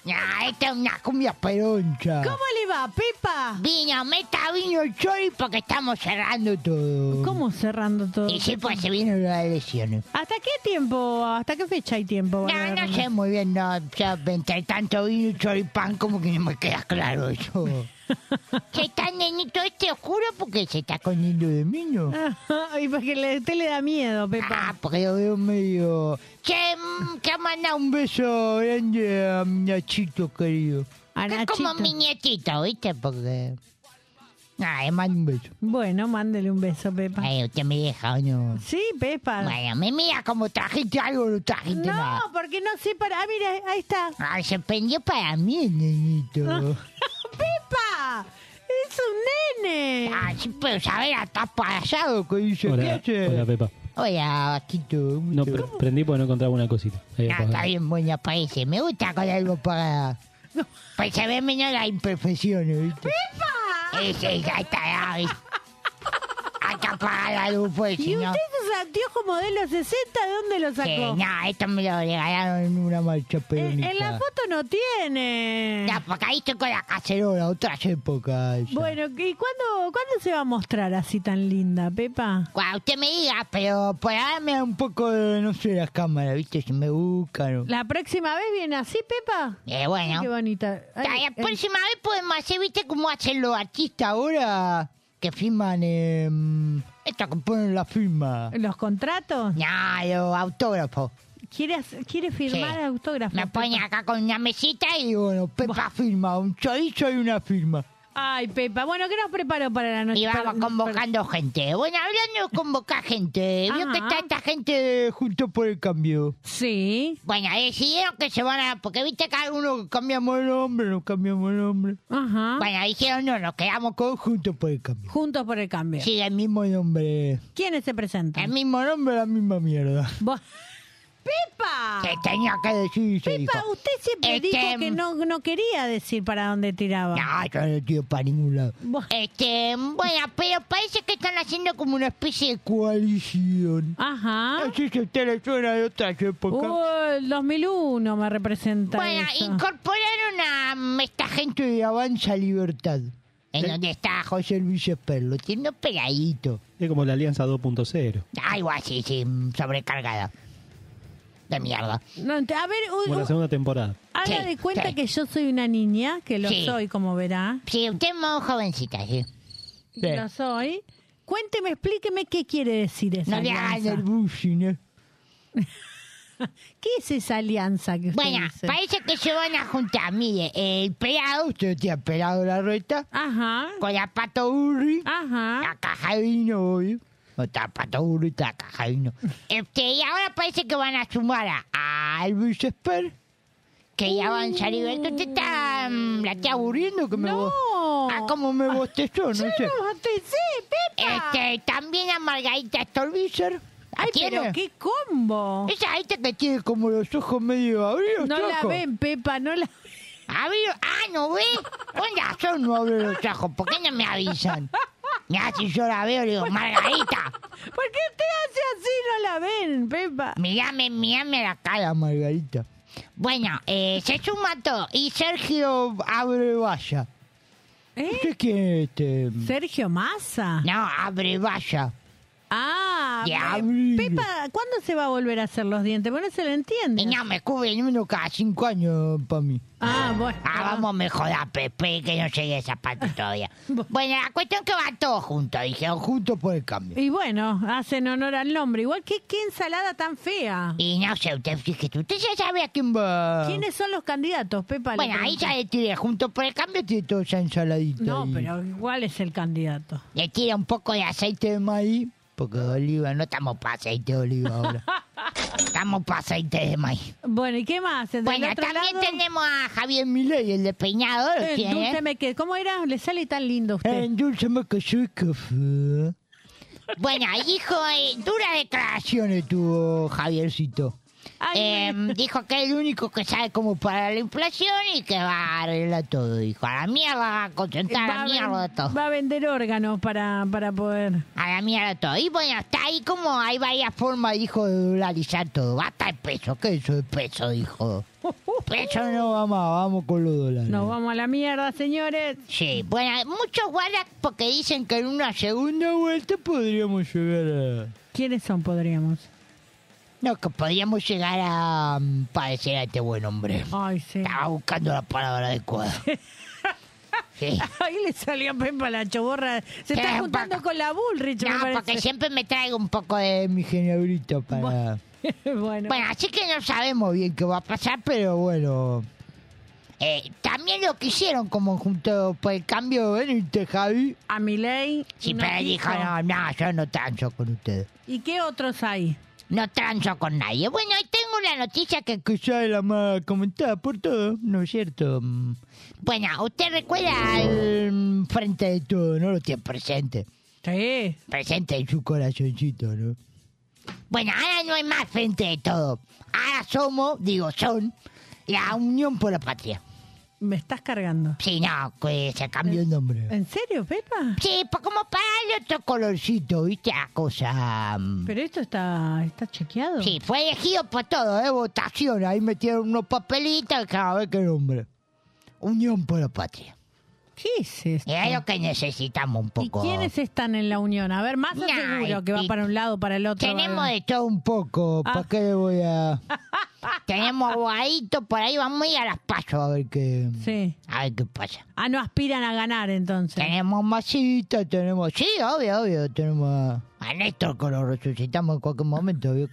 Ah, esta es una cumbia peroncha. ¿Cómo le va? ¡Viva, Pipa! Viña, meta vino chori porque estamos cerrando todo. ¿Cómo cerrando todo? Y sí, pues se vienen las lesiones. ¿Hasta qué tiempo, hasta qué fecha hay tiempo? van a No, no ganar? sé muy bien, no. O sea, entre tanto vino y choripán, como que no me queda claro eso. se está nenito este oscuro porque se está escondiendo de mí, ¿no? Ah, y porque le, usted le da miedo, Pepa. Ah, porque lo veo medio... Che, mm, que manda un beso grande a mi Nachito, querido. Que es como Nachito. mi nietito, ¿viste? Porque... Nada, manda un beso. Bueno, mándele un beso, Pepa. Ay, usted me deja, ¿o no? Sí, Pepa. Bueno, me mira como trajiste algo, no trajiste No, nada. porque no sé para. Ah, mira, ahí está. Ah, Ay, se prendió para mí, nenito. ¡Pepa! ¡Es un nene! Ay, Ah, sí, pero saber, está pasado que dice. ¿Qué Hola, hace? hola, Pepa. Hola, Quito. No, pre- prendí porque no encontraba una cosita. Ahí Ah, apagá. está bien buena, parece. Me gusta con algo para... Pues se ve menos las imperfecciones, ¿viste? ¡Pepa! Ese es hasta ahí. Hasta para la luz, pues, si ¿Y no... usted esos anteojos modelo 60 de dónde los Sí, sacó? Eh, no, esto me lo regalaron en una marcha peronista. En la foto no tiene. No, porque ahí estoy con la cacerola, otras épocas. Bueno, ¿y cuándo, cuándo se va a mostrar así tan linda, Pepa? Cuando usted me diga, pero por ahora me da un poco de, no sé, las cámaras, ¿viste? Si me buscan. o- ¿La próxima vez viene así, Pepa? Eh, bueno. Qué bonita. Ay, la eh, próxima vez podemos hacer, ¿viste? Como hacen los artistas ahora que firman, eh, esto que ponen la firma. ¿Los contratos? No, los autógrafos. ¿Quiere, hacer- quiere firmar Sí. autógrafos? Me Pepa? ponen acá con una mesita y bueno, Pepa firma, un chorizo y una firma. Ay, Pepa. Bueno, ¿qué nos preparó para la noche? Y vamos Para- convocando gente. Bueno, hablando de convocar gente, vio que Ajá. está esta gente de junto por el cambio. Ah. Sí. Bueno, decidieron que se van a. Porque viste que algunos cambiamos el nombre, no cambiamos el nombre. Ajá. Bueno, dijeron no, nos quedamos con juntos por el cambio. Juntos por el cambio. Sí, el mismo nombre. ¿Quiénes se presentan? El mismo nombre, la misma mierda. ¡Pepa! Se tenía que decir, se Pepa, dijo. usted siempre Este, dijo que no, no quería decir para dónde tiraba. No, yo no tiro para ningún lado. Este, bueno, pero parece que están haciendo como una especie de coalición. Ajá. Así que usted le suena de otras épocas. Uh, el 2001 me representa. Bueno, eso. incorporaron a mm, esta gente de Avanza Libertad. Eh. En donde está José Luis Esperlo. Tiene un peladito. Es como la Alianza 2.0. Algo así, sí, sobrecargada. De mierda. No, ent- a ver, u- Como la u- segunda temporada. haga Sí, de cuenta sí. que yo soy una niña, que lo Sí. soy, como verá. Sí, usted es más jovencita, sí. Sí. Lo soy. Cuénteme, explíqueme qué quiere decir esa No le hagan alianza. el bushing, eh. ¿Qué es esa alianza que usted Bueno, dice? parece que se van a juntar. Mire, eh, el pelado, usted tiene pelado la reta. Ajá. Con la pato burri. Ajá. La caja de vino, obvio. No está pato burri, está la caja de vino. Este, y ahora parece que van a sumar a, a Luis Esper. Que ya van a salir. Usted está, mm, la está aburriendo que me No. bo- Ah, como me bostezó, no Yo sé. no voté, sí, Pepa. Este, también a Margarita Stolbizer. Ay, pero qué combo. Esa gente que tiene como los ojos medio abridos, No la choco. ven, Pepa, no la Abrió- ah, no ve. Con razón no abro los ojos. ¿Por qué no me avisan? Mirá, si yo la veo, le digo, Margarita. ¿Por qué usted hace así? No la ven, Pepa. Mirame, mirame la cara, Margarita. Bueno, eh, se suma todo. Y Sergio Abrevaya. ¿Eh? ¿Usted quién es este? Sergio Massa. No, Abrevaya. Ah, De Pe- abril. Pepa, ¿cuándo se va a volver a hacer los dientes? Bueno, se le entiende. Y no, me cubren uno cada cinco años para mí. Ah, bueno. Ah, vamos mejor a Pepe, que no llegué a zapato todavía. bueno, la cuestión es que van todos juntos. Dijeron, juntos por el cambio. Y bueno, hacen honor al nombre. Igual que qué ensalada tan fea. Y no sé, usted fíjese, usted ya sabe a quién va. ¿Quiénes son los candidatos, Pepa? Le Ah. Bueno, ahí pregunto. ya le tiré junto por el cambio, tiene toda esa ensaladita. No, ahí. pero igual es el candidato. Le tira un poco de aceite de maíz, porque de oliva, no estamos para aceite de oliva ahora. estamos para aceite de maíz. Bueno, ¿y qué más? Del Bueno, otro también lado, tenemos a Javier Milei, el de Peinado, ¿lo eh, tiene? dulceme que- ¿Cómo era? Le sale tan lindo a Eh, usted. Endulceme que soy café. Bueno, hijo, eh, duras declaraciones tuvo Javiercito. Eh, dijo que es el único que sabe cómo parar la inflación y que va a arreglar todo. Dijo, a la mierda va a concentrar, a la mierda todo. Va a vender órganos para, para poder. A la mierda todo. Y bueno, está ahí como hay varias formas, dijo, de dolarizar todo. Basta el peso, ¿qué es eso de peso? Dijo. Peso no va más, vamos con los dólares. Nos vamos a la mierda, señores. Sí, bueno, muchos guardan porque dicen que en una segunda vuelta podríamos llegar a... ¿Quiénes son podríamos? No, que podríamos llegar a mm, padecer a este buen hombre. Ay, sí. Estaba buscando la palabra adecuada. Sí. Ahí le salió Pepa la choborra. Se está Eh, juntando con la Bullrich, me No, parece. porque siempre me traigo un poco de mi geniabrito para... Bueno. así que no sabemos bien qué va a pasar, pero bueno... Eh, también lo que hicieron como junto por el cambio, ¿veniste, Javi? A mi ley. Sí, no pero dijo, quiso. no, no, yo no transo con ustedes. ¿Y qué otros hay? No transo con nadie. Bueno, ahí tengo una noticia que quizá es la más comentada por todos, ¿no es cierto? Mm. Bueno, usted recuerda al mm, frente de todo, ¿no? Lo tiene presente. Sí. Presente en su corazoncito, ¿no? Bueno, ahora no hay más frente de todo. Ahora somos, digo, son, la Unión por la Patria. Me estás cargando. Sí, no, que se cambió el nombre. ¿En serio, Pepa? Sí, pues como para el otro colorcito, ¿viste? La cosa... mm, Pero esto está, está chequeado. Sí, fue elegido por todo, ¿eh? Votación. Ahí metieron unos papelitos y cada vez que nombre. Unión por la patria. ¿Qué es esto? Es lo que necesitamos un ¿Y poco. quiénes están en la unión? A ver, más Nah, seguro que va y- para un lado, para el otro. Tenemos va- de todo un poco. Ah. ¿Para qué le voy a...? Tenemos aguadito, por ahí vamos a ir a las pasos a ver qué... Sí. A ver qué pasa. Ah, no aspiran a ganar entonces. Tenemos masita, tenemos... Sí, obvio, obvio. Tenemos a, a Néstor que lo resucitamos en cualquier momento. ¿vio?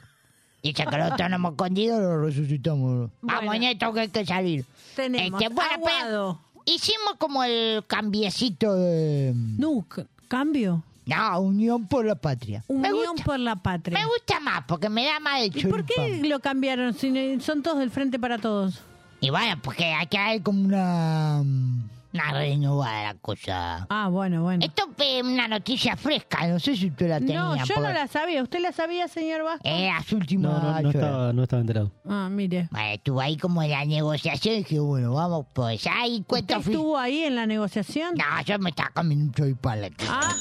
Dice que lo tenemos escondido, lo resucitamos. Vamos, Néstor, que hay que salir. Tenemos Este, bueno, pero Aguado. Hicimos como el cambiecito de... No, c- cambio. No, Unión por la Patria. me, Unión gusta, por la patria. me gusta más, porque me da más de ¿Y por qué lo cambiaron? Si no- son todos del frente para todos. Y bueno, porque hay que haber como una... Una renovada la cosa. Ah, bueno, bueno. Esto es una noticia fresca, no sé si tú la tenías. No, yo no porque la sabía. ¿Usted la sabía, señor Vasco? Es las últimas... No, no, no horas. estaba, no estaba enterado. Ah, mire. Bueno, estuvo ahí como en la negociación y dije, bueno, vamos pues, ahí cuenta... ¿Usted estuvo ahí en la negociación? No, yo me estaba comiendo un choripán. Ah.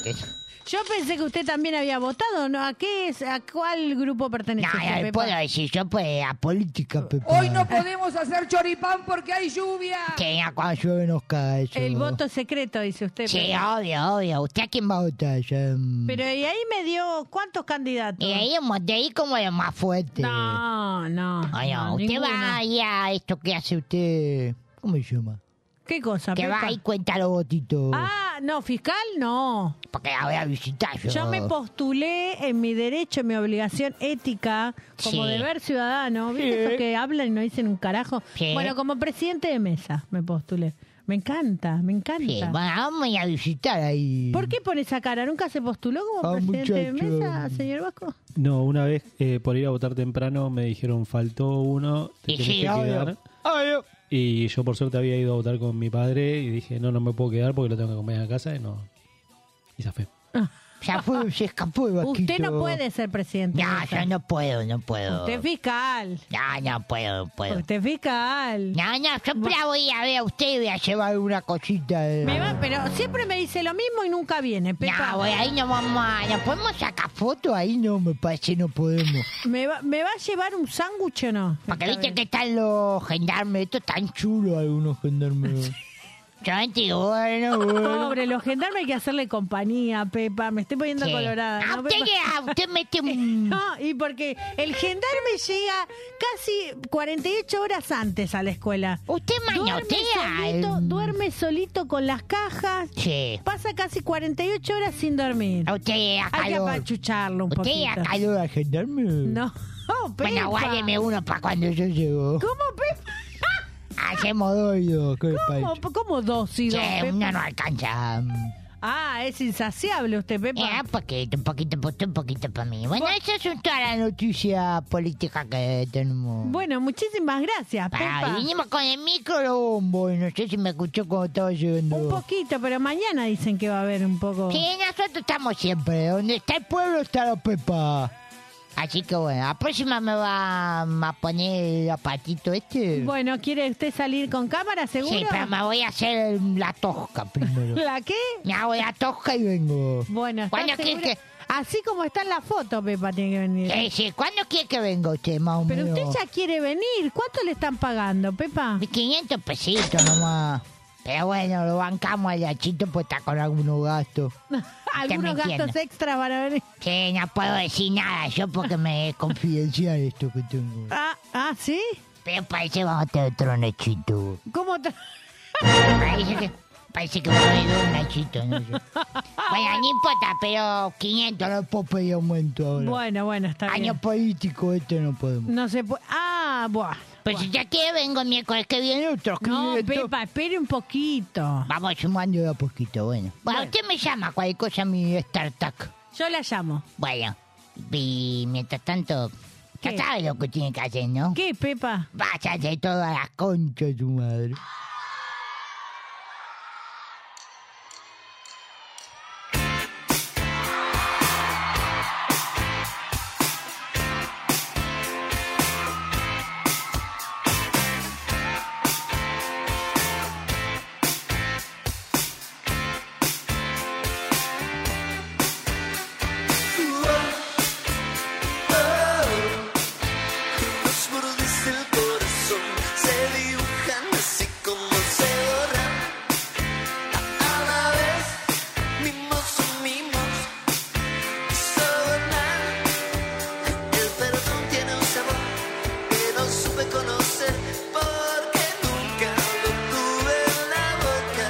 Yo pensé que usted también había votado, ¿no? ¿A qué es, a cuál grupo pertenece? No, usted, no, Pepa? puedo decir, yo pues a política, Pepa. Hoy no podemos hacer choripán porque hay lluvia. Que ya cuando llueve nos cae eso. El voto secreto, dice usted. Sí, Pepa. obvio, obvio. ¿Usted a quién va a votar? Yo, mm, Pero y ahí me dio cuántos candidatos. Y ahí, hemos- de ahí como lo más fuerte. No, no. Ay, no, no, usted ninguno. va ahí a esto que hace usted... ¿Cómo se llama? ¿Qué cosa? Que Pepa? va y cuenta los votitos. Ah, no, fiscal, no. Porque la voy a visitar yo. Yo me postulé en mi derecho, en mi obligación ética, como Sí. deber ciudadano. ¿Viste Sí. eso que hablan y no dicen un carajo? Sí. Bueno, como presidente de mesa me postulé. Me encanta, me encanta. Sí, bueno, vamos a ir a visitar ahí. ¿Por qué pone esa cara? ¿Nunca se postuló como Ah, presidente de muchacho. mesa, señor Vasco? No, una vez eh, por ir a votar temprano me dijeron faltó uno, te Y tenés sí, que obvio. quedar. Y yo por suerte había ido a votar con mi padre y dije, no, no me puedo quedar porque lo tengo que acompañar a casa y no. Y se fue. Ya fue, se escapó el vaquito. Usted no puede ser presidente. de No, mesa. Ah, yo no puedo, no puedo. Usted es fiscal. No, no puedo, no puedo. Usted es fiscal. No, no, yo la voy a ver a usted y voy a llevar una cosita. de- Me va, pero siempre me dice lo mismo y nunca viene. Pepa. No, güey, ahí no vamos a... ¿Nos podemos sacar fotos? Ahí no, me parece no podemos. ¿Me, va, ¿Me va a llevar un sándwich o no? Porque viste que están los gendarmes. Esto es tan chulo algunos gendarmes. Yo me digo, bueno, bueno. Pobre, los gendarmes hay que hacerle compañía, Pepa. Me estoy poniendo Sí. colorada. A ¿no, usted, Pepa? que- a usted mete un... No, y porque el gendarme llega casi 48 horas antes a la escuela. Usted Duerme manotea. solito, el- duerme solito con las cajas. Sí. Pasa casi 48 horas sin dormir. A usted a Hay que calor. apachucharlo un ¿Usted a poquito. calor al gendarme? No, Oh, Pepa. Bueno, guárdeme uno para cuando yo llego. ¿Cómo, Pepa? Hacemos dos y dos. ¿Qué ¿Cómo, cómo dos y Sí, dos, Pepa? uno no alcanza. Ah, es insaciable usted, Pepa. Eh, un poquito, un poquito, un poquito, un poquito para mí. Bueno, esas son todas las noticias políticas que tenemos. Bueno, muchísimas gracias, Ah, Pepa. vinimos con el microbombo y no sé si me escuchó cuando estaba llegando. Un poquito, pero mañana dicen que va a haber un poco. Sí, nosotros estamos siempre. Donde está el pueblo está la Pepa. Así que bueno, la próxima me va a poner el apatito este. Bueno, ¿quiere usted salir con cámara, seguro? Sí, pero me voy a hacer la tosca primero. ¿La qué? Me hago la tosca y vengo. Bueno, ¿está ¿Cuándo quieres segura? que...? Así como está en la foto, Pepa tiene que venir. Sí, sí, ¿cuándo quiere que venga usted, más o Pero menos? usted ya quiere venir. ¿Cuánto le están pagando, Pepa? 500 pesitos nomás. Pero bueno, lo bancamos al gachito pues está con algunos gastos. Algunos gastos extra van a venir. Sí, no puedo decir nada yo porque me es confidencial esto que tengo. Ah, ah, ¿sí? Pero parece que vamos a tener otro Nachito. ¿Cómo tra- Parece que, parece que va a haber un Nachito, no sé. Ah, Bueno, no importa, pero 500 no puedo pedir aumento ahora. Bueno, bueno, está bien. Año político este no podemos. No se puede. Ah, bueno. Pues si ya que vengo miércoles que viene otro. No, Pepa, espere un poquito. Vamos sumando de a poquito, bueno. Bueno, usted me llama cualquier cosa mi StarTac. Yo la llamo. Bueno, y mientras tanto, ya sabe lo que tiene que hacer, ¿no? ¿Qué, Pepa? Váyase todas las conchas de tu madre. Los bordes del corazón se dibujan así como se borran. A la vez, mimos son mimos y sobornan. El perdón tiene un sabor que no supe conocer porque nunca lo tuve en la boca.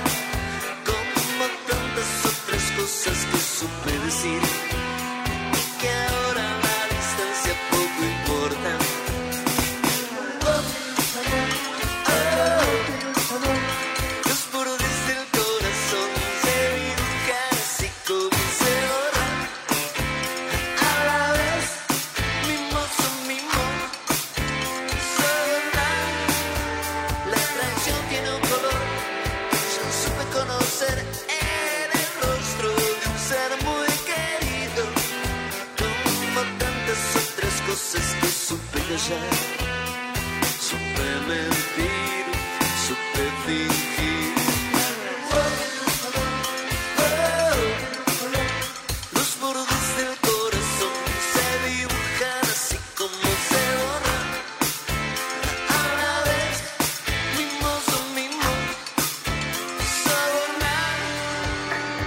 Como tantas otras cosas que supe decir y que ahora a la distancia poco importa. Los bordes del corazón se dibujan así como se borran. A la vez, mimos son mimos, soy verdad. La traición tiene un color que yo supe conocer en el rostro de un ser muy querido. Como tantas otras cosas que supe callar, supe mentir, supe fingir. Los bordes del corazón se dibujan así como se borran. A la vez, mismos son mismos, solo nada.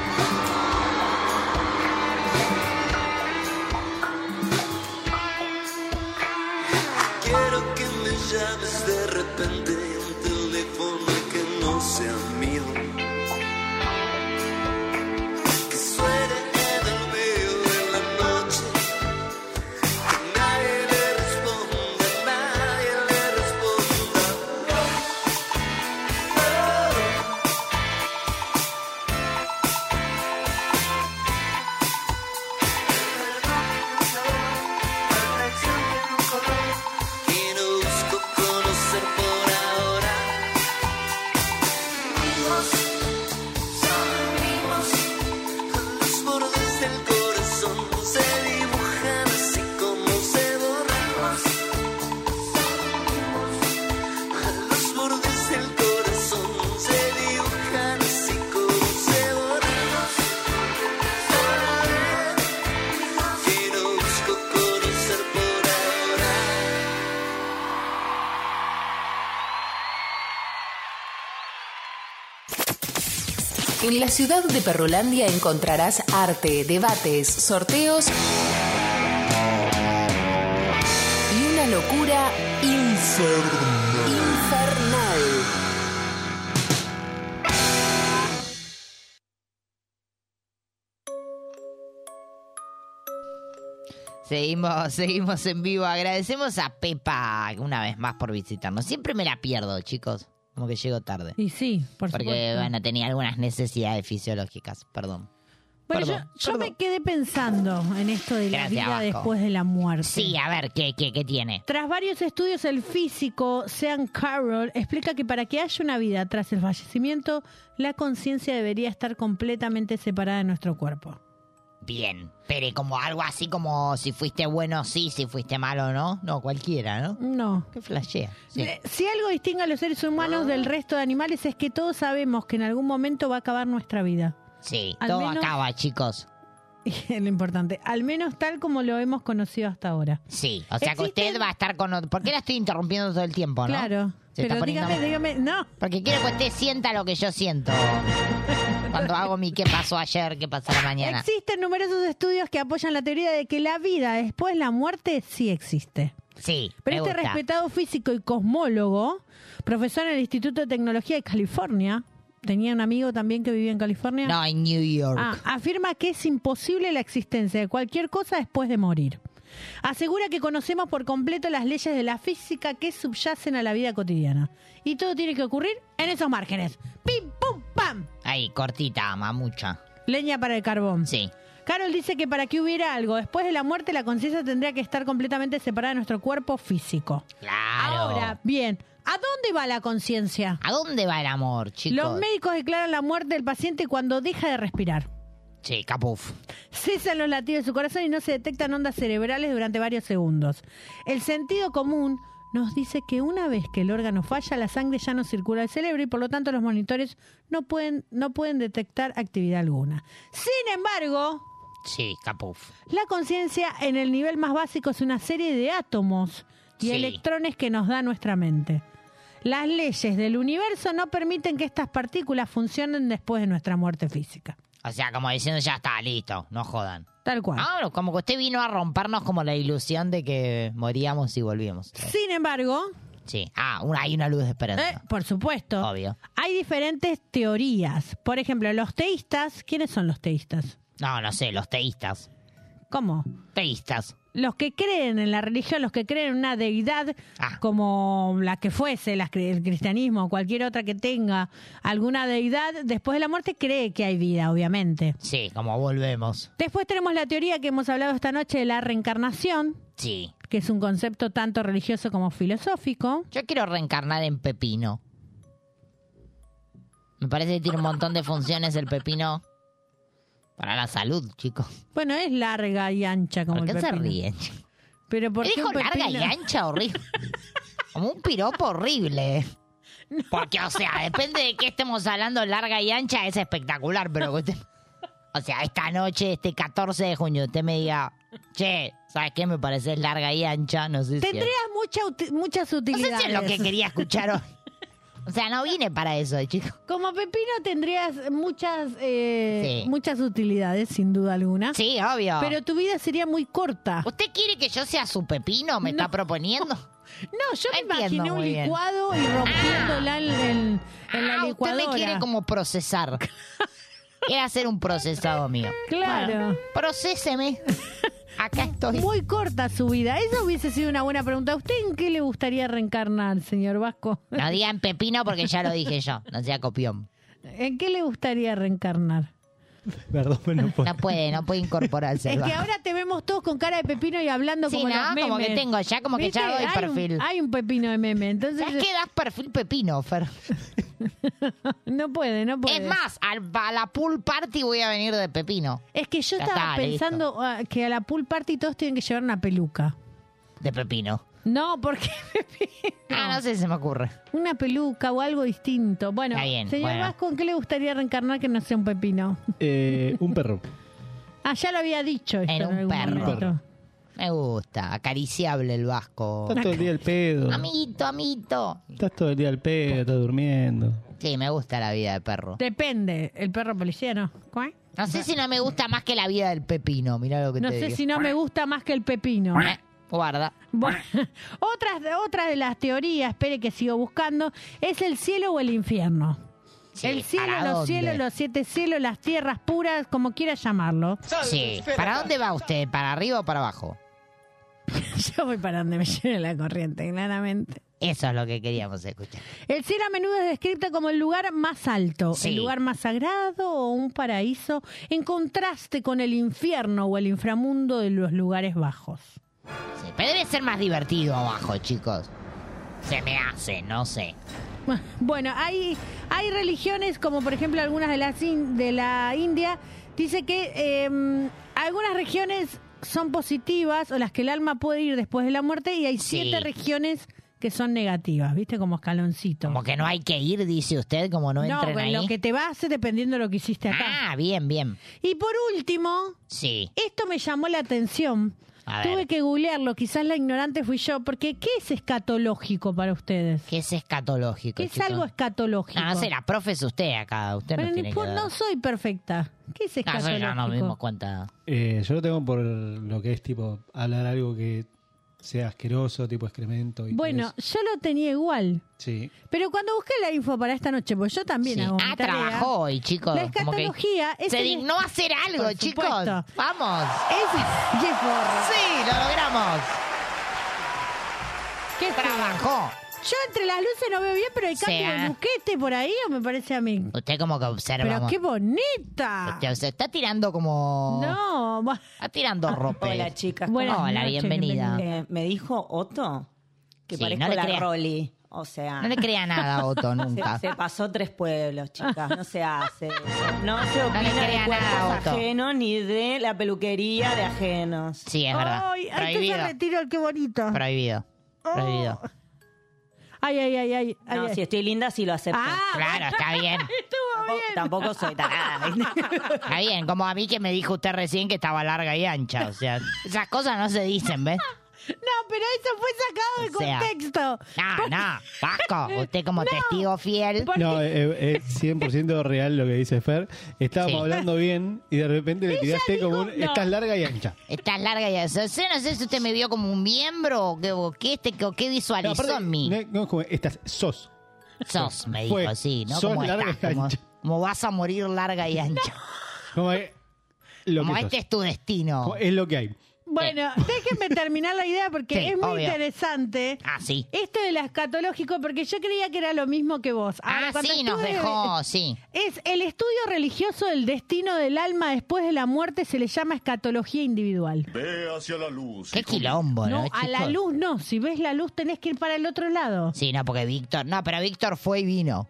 Quiero que me llames de repente a un teléfono que no sea mío. Que suene en el medio de la noche. Que nadie le responda, nadie le responda. Y no busco conocer por ahora. Amigos, solo amigos. Con los bordes del corazón se dibujan así como se borran. Los bordes del corazón se dibujan así como se borran. Y no busco conocer por ahora. En la ciudad de Perrolandia encontrarás arte, debates, sorteos y una locura infernal. Seguimos, seguimos en vivo. Agradecemos a Pepa una vez más por visitarnos. Siempre me la pierdo, chicos. Como que llego tarde. Y sí, por Porque, supuesto. bueno, tenía algunas necesidades fisiológicas. Perdón. Bueno, Perdón, yo, yo me quedé pensando en esto de la Gracias, vida Vasco. después de la muerte. Sí, a ver, ¿qué, qué, qué tiene? Tras varios estudios, el físico Sean Carroll explica que para que haya una vida tras el fallecimiento, la conciencia debería estar completamente separada de nuestro cuerpo. bien. Pero como algo así como si fuiste bueno, sí, si fuiste malo, no. No, cualquiera, ¿no? No. Qué flashea. Sí. Eh, Si algo distingue a los seres humanos del resto de animales es que todos sabemos que en algún momento va a acabar nuestra vida. Sí, Al todo menos- acaba, chicos. Es lo importante. Al menos tal como lo hemos conocido hasta ahora. Sí, o sea que usted va a estar con otro. ¿Por qué la estoy interrumpiendo todo el tiempo, no? Claro. Se está pero poniendo- dígame, dígame. No. Porque quiero que usted sienta lo que yo siento cuando hago mi qué pasó ayer, qué pasará mañana. Existen numerosos estudios que apoyan la teoría de que la vida después de la muerte sí existe. Sí, Pero me este gusta. respetado físico y cosmólogo, profesor en el Instituto de Tecnología de California, tenía un amigo también que vivía en California. No, en New York. Ah, afirma que es imposible la existencia de cualquier cosa después de morir. Asegura que conocemos por completo las leyes de la física que subyacen a la vida cotidiana. Y todo tiene que ocurrir en esos márgenes. ¡Pim, pum, pam! Ahí, cortita, mamucha. Leña para el carbón. Sí. Carol dice que para que hubiera algo, después de la muerte la conciencia tendría que estar completamente separada de nuestro cuerpo físico. Claro. Ahora, bien, ¿a dónde va la conciencia? ¿A dónde va el amor, chicos? Los médicos declaran la muerte del paciente cuando deja de respirar. Sí, capuf. Cesan los latidos de su corazón y no se detectan ondas cerebrales durante varios segundos. El sentido común nos dice que una vez que el órgano falla, la sangre ya no circula al cerebro y por lo tanto los monitores no pueden, no pueden detectar actividad alguna. Sin embargo, Sí, capuf. la conciencia en el nivel más básico es una serie de átomos y Sí. electrones que nos da nuestra mente. Las leyes del universo no permiten que estas partículas funcionen después de nuestra muerte física. O sea, como diciendo, ya está, listo, no jodan. Tal cual. Ah, como que usted vino a rompernos como la ilusión de que moríamos y volvíamos. Sin embargo, Sí. Ah, una- hay una luz de esperanza. eh, por supuesto, Obvio. hay diferentes teorías. Por ejemplo, los teístas, ¿quiénes son los teístas? No, no sé, los teístas. ¿Cómo? Teístas. Los que creen en la religión, los que creen en una deidad Ah. como la que fuese, la cri- el cristianismo o cualquier otra que tenga alguna deidad, después de la muerte cree que hay vida, obviamente. Sí, como volvemos. Después tenemos la teoría que hemos hablado esta noche de la reencarnación, Sí. que es un concepto tanto religioso como filosófico. Yo quiero reencarnar en Pepino. Me parece que tiene un montón de funciones el pepino. Para la salud, chicos. Bueno, es larga y ancha como ¿Por el qué se pepino. ríen? Pero ¿por Me qué dijo un larga y pepino? ancha horrible. Como un piropo horrible. Porque, o sea, depende de qué estemos hablando, larga y ancha es espectacular, pero que usted- O sea, esta noche, este 14 de junio, usted me diga, che, ¿sabes qué? Me pareces larga y ancha, no sé si... Tendrías mucha uti- muchas No utilidades. sé si es lo que quería escuchar hoy. O sea, no vine para eso, chicos. Como pepino tendrías muchas eh, Sí. muchas utilidades, sin duda alguna. Sí, obvio. Pero tu vida sería muy corta. ¿Usted quiere que yo sea su pepino? ¿Me está proponiendo? No, yo me entiendo imaginé un muy bien. licuado y rompiéndola en, en- en la Ah, usted licuadora. me quiere como procesar. Quiere hacer un procesado mío. Claro. Bueno, procéseme. Acá estoy. Muy corta su vida. Esa hubiese sido una buena pregunta. ¿A usted en qué le gustaría reencarnar, señor Vasco? No digan pepino porque ya lo dije yo. No sea copión. ¿En qué le gustaría reencarnar? Perdón, no puedo. No puede, no puede incorporarse. Es el que bajo. ahora te vemos todos con cara de pepino y hablando Sí, como ¿no? los memes. Como que tengo ya, como que ya doy Hay un- perfil. hay un pepino de meme, entonces... ¿Sabes qué? Das perfil pepino, Fer. No puede, no puede. Es más, al- a la pool party voy a venir de pepino. Es que yo Ya estaba está, listo. pensando ah, que a la pool party todos tienen que llevar una peluca. De pepino. No, porque Ah, no sé, se me ocurre. una peluca o algo distinto. Bueno, Está bien, señor bueno. Vasco, ¿en qué le gustaría reencarnar que no sea un pepino? Eh, un perro. Ah, ya lo había dicho. esto Era en un algún perro. momento. Me gusta. Acariciable el vasco. Estás todo el día al pedo. Amiguito, amiguito. Estás todo el día al pedo, estás durmiendo. Sí, me gusta la vida de perro. Depende, el perro policía no. ¿Cuál? No sé si no me gusta más que la vida del pepino. Mirá lo que No te sé digo. si no me gusta más que el pepino. Eh, Guarda. Bueno, otras, de- otra de las teorías, espere que sigo buscando, es el cielo o el infierno. Sí, el cielo, ¿para los dónde? cielos, los siete cielos, las tierras puras, como quiera llamarlo. Sí. ¿Para dónde va usted? ¿Para arriba o para abajo? Yo voy para donde me lleve la corriente, claramente. Eso es lo que queríamos escuchar. El cielo a menudo es descrito como el lugar más alto, Sí. el lugar más sagrado o un paraíso, en contraste con el infierno o el inframundo de los lugares bajos. Sí, pero debe ser más divertido abajo, chicos. Se me hace, no sé. Bueno, hay, hay religiones, como por ejemplo algunas de, las in- de la India, dice que eh, algunas regiones son positivas o las que el alma puede ir después de la muerte y hay siete regiones que son negativas, ¿viste? Como escaloncito. Como que no hay que ir, dice usted, como no, No, entren con ahí. lo que te vas dependiendo de lo que hiciste acá. Ah, bien, bien. Y por último, Sí. esto me llamó la atención. A ver. Tuve que googlearlo, quizás la ignorante fui yo, porque ¿qué es escatológico para ustedes? ¿Qué es escatológico? ¿Qué es chico? algo escatológico? No, no sé, la profe es usted acá. Usted Pero no ni tiene que po- dar. no soy perfecta. ¿Qué es Ah, escatológico? eso ya nos dimos cuenta. Eh, yo lo tengo por lo que es tipo hablar algo que sea asqueroso, tipo excremento. Y Bueno, yo lo tenía igual. sí. Pero cuando busqué la info para esta noche, pues yo también Sí. hago mi Ah, tarea, trabajó hoy, chicos. La Como que escatología es se el- dignó a hacer algo, Por chicos. supuesto. Vamos. Es Sí, lo logramos. ¿Qué trabajó? Yo entre las luces no veo bien, pero hay cambio Sea. de buquete por ahí, o me parece a mí. Usted como que observa. Pero mo- qué bonita. Usted, usted está tirando como... No, va- Está tirando ropa. Hola, chicas. ¿cómo Hola, están? bienvenida. Eh, me dijo Otto que Sí, parezco no le la crea- Rolly. O sea. No le crea nada a Otto, nunca. Se, se pasó tres pueblos, chicas. No se hace. No se opina le de crea nada a cuerpos Otto. ajenos ni de la peluquería de ajenos. Sí, es verdad. Ay, ay, que Prohibido. se retiro el qué bonito. Prohibido. Prohibido. Ay, ay, ay, ay. ay, No, ay. si estoy linda, sí lo acepto. Ah, claro, está bien. Tampoco, tampoco soy tarada. Está bien, como a mí que me dijo usted recién que estaba larga y ancha. O sea, esas cosas no se dicen, ¿ves? No, pero eso fue sacado de O sea, contexto. No, Ah, no, Vasco, usted como testigo fiel. No, eh, es 100% real lo que dice Fer. Estábamos Sí. hablando bien y de repente le tiraste como un... no. Estás larga y ancha. Estás larga y ancha. O sea, no sé si usted me vio como un miembro o qué, o qué, este, o qué No, visualizó aparte, en mí. no, no, es como estás, sos. Sos, me dijo Fue, así, ¿no? sos Como larga estás, y como, ancha. como vas a morir larga y ancha. Como que- lo Como que este sos. es tu destino. Como Es lo que hay. Bueno, déjenme terminar la idea porque Sí, es muy obvio. interesante. Ah, sí. Esto del escatológico, porque yo creía que era lo mismo que vos. Ahora, Ah, cuando sí, nos estuve- dejó, sí. Es el estudio religioso del destino del alma después de la muerte, se le llama escatología individual. Ve hacia la luz. Qué quilombo, ¿no? no, a la chicos? luz no. Si ves la luz, tenés que ir para el otro lado. Sí, no, porque Víctor. No, pero Víctor fue y vino.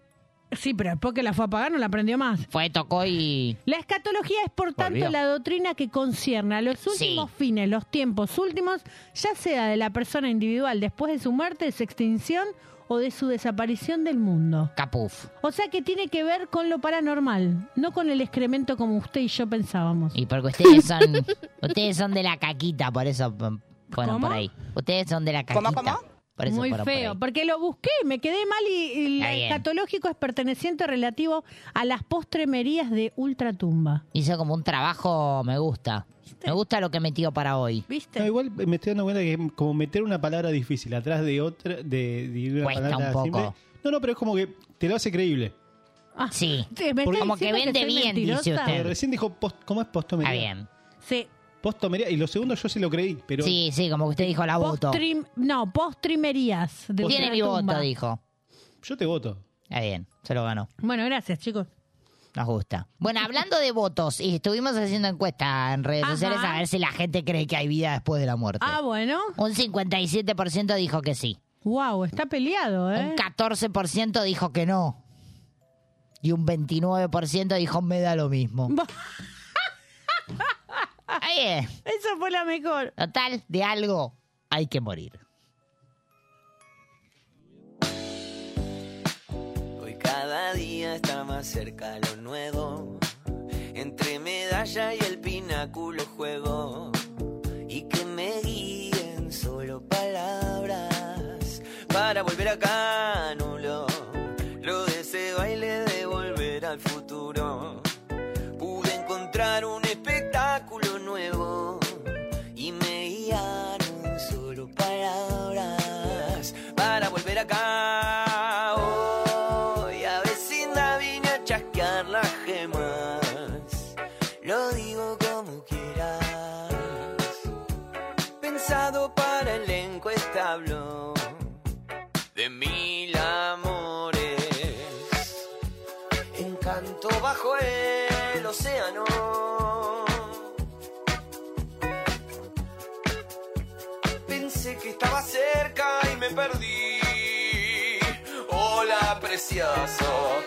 Sí, pero después que la fue a apagar, no la aprendió más. Fue, tocó y. La escatología es, por tanto, Volvió. la doctrina que concierne a los últimos fines, los tiempos últimos, ya sea de la persona individual después de su muerte, de su extinción o de su desaparición del mundo. Capuf. O sea que tiene que ver con lo paranormal, no con el excremento como usted y yo pensábamos. Y porque ustedes son. ustedes son de la caquita, por eso. mm, Fueron ¿Cómo? por ahí. Ustedes son de la caquita. ¿Cómo, Por eso Muy fueron feo, Por ahí. porque lo busqué, me quedé mal y, y Está el bien. escatológico es perteneciente relativo a las postremerías de ultratumba. Hizo como un trabajo, me gusta. Me gusta lo que metió para hoy. ¿Viste? No, igual me estoy dando cuenta que es como meter una palabra difícil atrás de otra, de, de una Cuesta palabra un poco. simple. No, no, pero es como que te lo hace creíble. sí. Sí, me Porque- está Como que Ah, diciendo que vende soy bien, dice mentirosa. usted. Porque Recién dijo, post, ¿cómo es postomería? Está bien. Sí. Postomería. Y lo segundo yo sí lo creí, pero... Sí, sí, como que usted dijo la voto. Postrim- no, postrimerías. De Tiene mi ultratumba. voto, dijo. Yo te voto. Está bien, se lo ganó. Bueno, gracias, chicos. Nos gusta. Bueno, hablando de votos, y estuvimos haciendo encuesta en redes sociales a ver si la gente cree que hay vida después de la muerte. Ah, bueno. Un 57% dijo que sí. Wow, está peleado, ¿eh? Un 14% dijo que no. Y un 29% dijo me da lo mismo. Ahí es. Esa fue la mejor. Total, de algo hay que morir. Hoy cada día está más cerca lo nuevo. Entre medalla y el pináculo juego. Y que me guíen solo palabras para volver acá nulo. Lo deseo y le de volver al futuro. Pude encontrar un espectáculo nuevo y me guiaron solo palabras para volver acá hoy. A vecindad vine a chasquear las gemas, lo digo como quieras. Pensado para el encuestablo de mil amores, encanto bajo el océano. Pensé que estaba cerca y me perdí. Hola, pre precioso.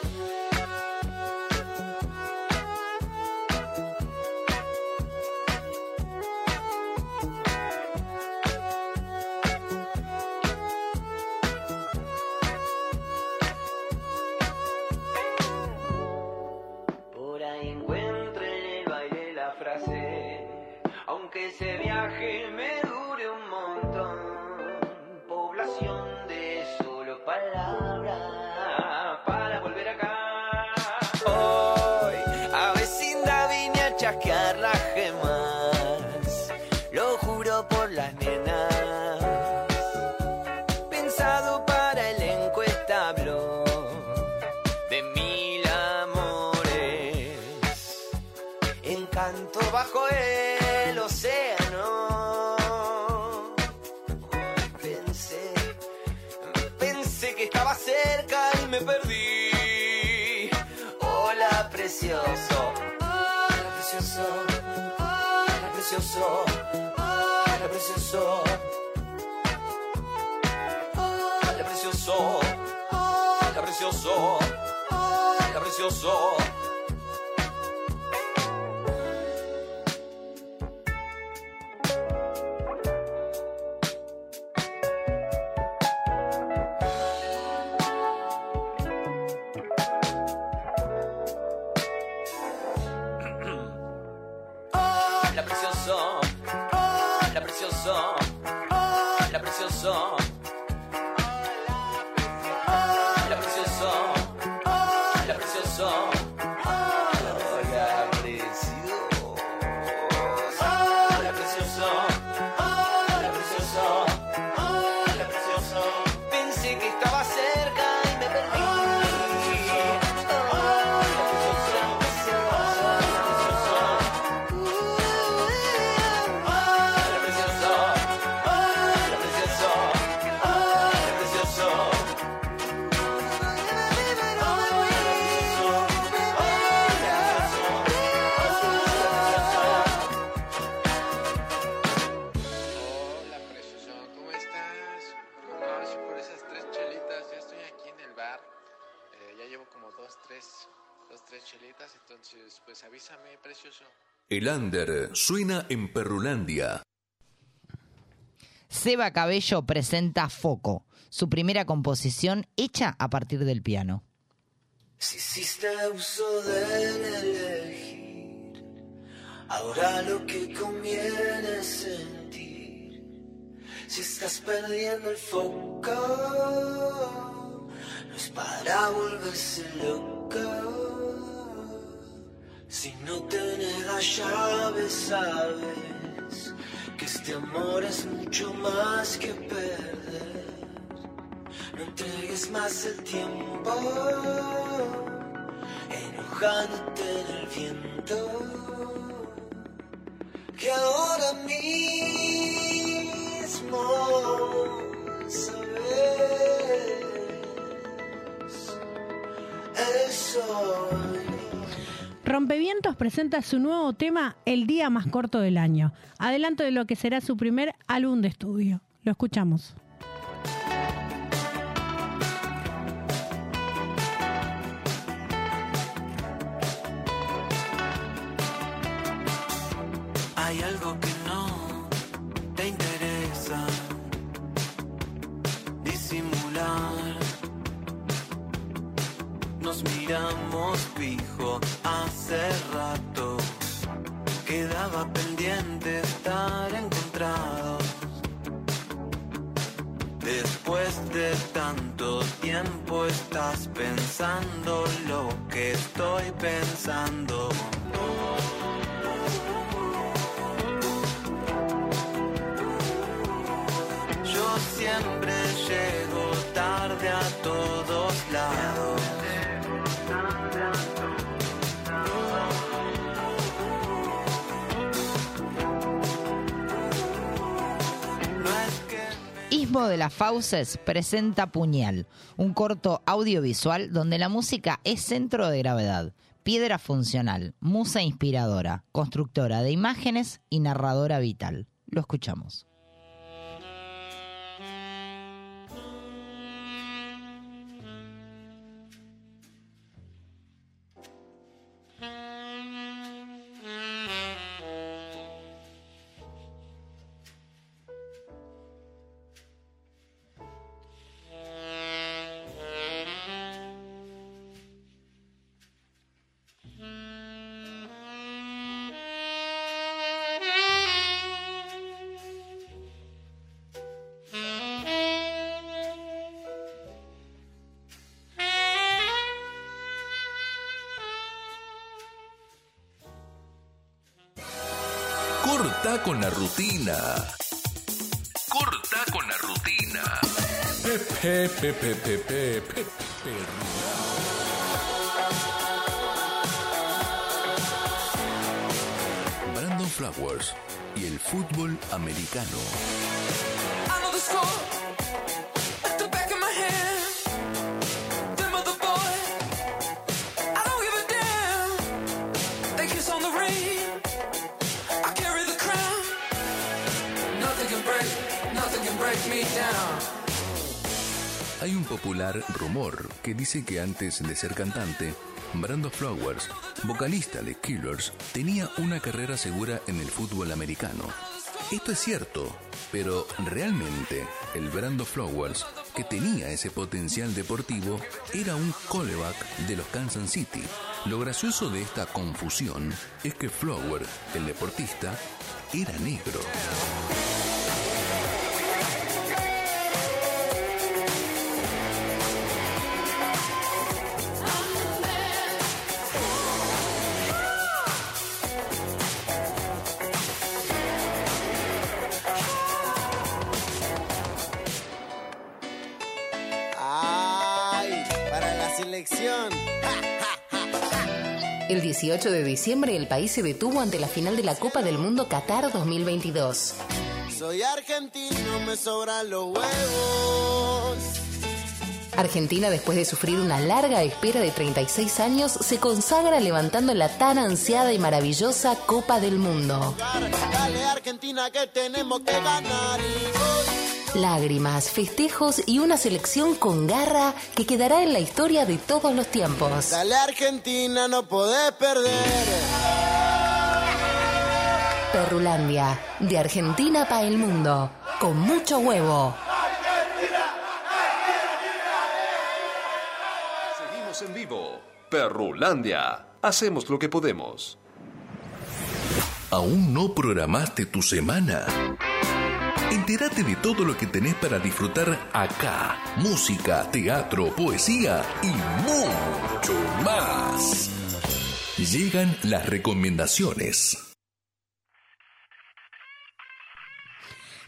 Por ahí encuentro en el baile la frase, aunque ese viaje me dure un montón. Población de solo palabra para volver acá. Hoy a vecindad vine a chasquear las gemas, lo juro por las nenas. Pensado para el encuestablo de mil amores, encanto bajo el océano. Pensé Pensé que estaba cerca y me perdí. Hola precioso. Hola precioso. Hola precioso. Hola precioso. Hola precioso. Hola precioso. Hola precioso. Hola precioso, hola precioso, hola precioso. Hola precioso, hola precioso, hola precioso. Hola precioso, hola precioso, hola precioso. Pensé que estaba cerca y me perdí. Hola precioso, hola precioso. Hola precioso, hola precioso, hola precioso. ¿Cómo estás? Bueno, gracias por esas tres chelitas. Yo estoy aquí en el bar. Eh, ya llevo como dos, tres, dos, tres chelitas. Entonces, pues avísame, precioso. El under suena en Perrulandia. Seba Cabello presenta Foco, su primera composición hecha a partir del piano. Si hiciste uso del elegir, ahora lo que conviene es sentir. Si estás perdiendo el foco, no es para volverse loco. Si no tenés la llave, sabes que este amor es mucho más que perder. No entregues más el tiempo, enojándote en el viento. Que ahora mismo sabes eso. Rompevientos presenta su nuevo tema El día más corto del año, adelanto de lo que será su primer álbum de estudio. Lo escuchamos. Hay algo que no te interesa disimular. Nos miramos fijo hace rato. Quedaba pendiente estar encontrados. Después de tanto tiempo estás pensando lo que estoy pensando. Yo siempre llego tarde a todos lados. Ismo de las Fauces presenta Puñal, un corto audiovisual donde la música es centro de gravedad, piedra funcional, musa inspiradora, constructora de imágenes y narradora vital. Lo escuchamos. Corta con la rutina. Corta con la rutina. Pepe, pepe, pepe, pepe, Rulán. Brandon Flowers y el fútbol americano. I know the score at the back of my hand. Them other boys, I don't give a damn. They kiss on the ring. I carry the crown. Nothing can break, nothing can break me down. Hay un popular rumor que dice que antes de ser cantante, Brando Flowers, vocalista de Killers, tenía una carrera segura en el fútbol americano. Esto es cierto, pero realmente el Brando Flowers, que tenía ese potencial deportivo, era un callback de los Kansas City. Lo gracioso de esta confusión es que Flower, el deportista, era negro. Ay, para la selección. El 18 de diciembre el país se detuvo ante la final de la Copa del Mundo Qatar 2022. Soy argentino, me sobran los huevos. Argentina, después de sufrir una larga espera de 36 años, se consagra levantando la tan ansiada y maravillosa Copa del Mundo. Dale Argentina que tenemos que ganar. y gol. Lágrimas, festejos y una selección con garra que quedará en la historia de todos los tiempos. Dale Argentina, no podés perder. Perrulandia, de Argentina para el mundo, con mucho huevo. Seguimos en vivo. Perrulandia. Hacemos lo que podemos. ¿Aún no programaste tu semana? Entérate de todo lo que tenés para disfrutar acá. Música, teatro, poesía y mucho más. Llegan las recomendaciones.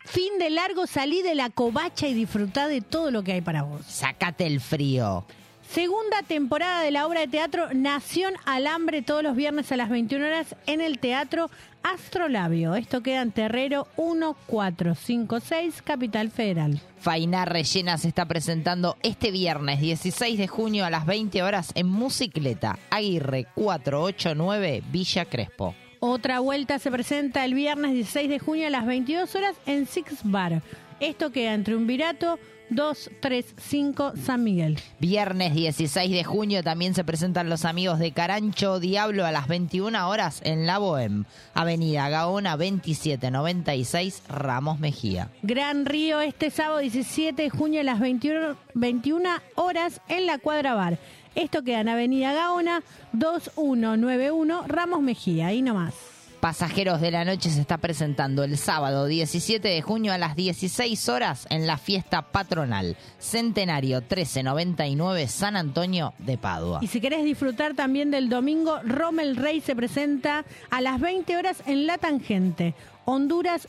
Fin de largo, salí de la covacha y disfrutá de todo lo que hay para vos. Sácate el frío. Segunda temporada de la obra de teatro Nación Alambre todos los viernes a las 21 horas en el Teatro Astrolabio. Esto queda en Terrero 1456, Capital Federal. Fainá Rellena se está presentando este viernes 16 de junio a las 20 horas en Musicleta, Aguirre 489, Villa Crespo. Otra vuelta se presenta el viernes 16 de junio a las 22 horas en Six Bar. Esto queda en Triunvirato 235 San Miguel. Viernes 16 de junio también se presentan los amigos de Carancho Diablo a las 21 horas en La Bohème, Avenida Gaona 2796, Ramos Mejía. Gran Río este sábado 17 de junio a las 21, 21 horas en la Cuadra Bar. Esto queda en Avenida Gaona 2191 Ramos Mejía, ahí nomás. Pasajeros de la Noche se está presentando el sábado 17 de junio a las 16 horas en la fiesta patronal Centenario 1399 San Antonio de Padua. Y si querés disfrutar también del domingo, Rommel Rey se presenta a las 20 horas en La Tangente, Honduras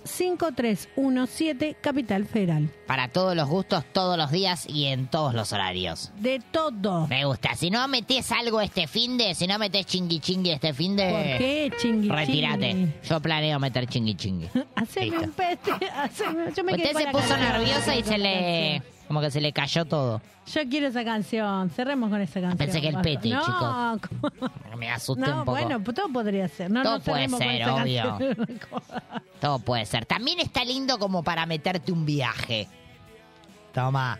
5317, Capital Federal. Para todos los gustos, todos los días y en todos los horarios. De todo. Me gusta. Si no metes algo este fin de, si no metes chingui chingui este fin de. ¿Por qué, chingui, chingui? Retírate. Yo planeo meter chingui chingui. Haceme un peste. haceme- yo ah, me quedé Usted con se la puso canción. nerviosa y se le. como que se le cayó todo. Yo quiero esa canción. Cerremos con esa canción. Pensé que el basta. pete, no, chicos. ¿cómo? Me asusté No, un poco. bueno, todo podría ser. No, Todo no puede cerremos con ser, esa obvio. canción. Todo puede ser. También está lindo como para meterte un viaje. Toma.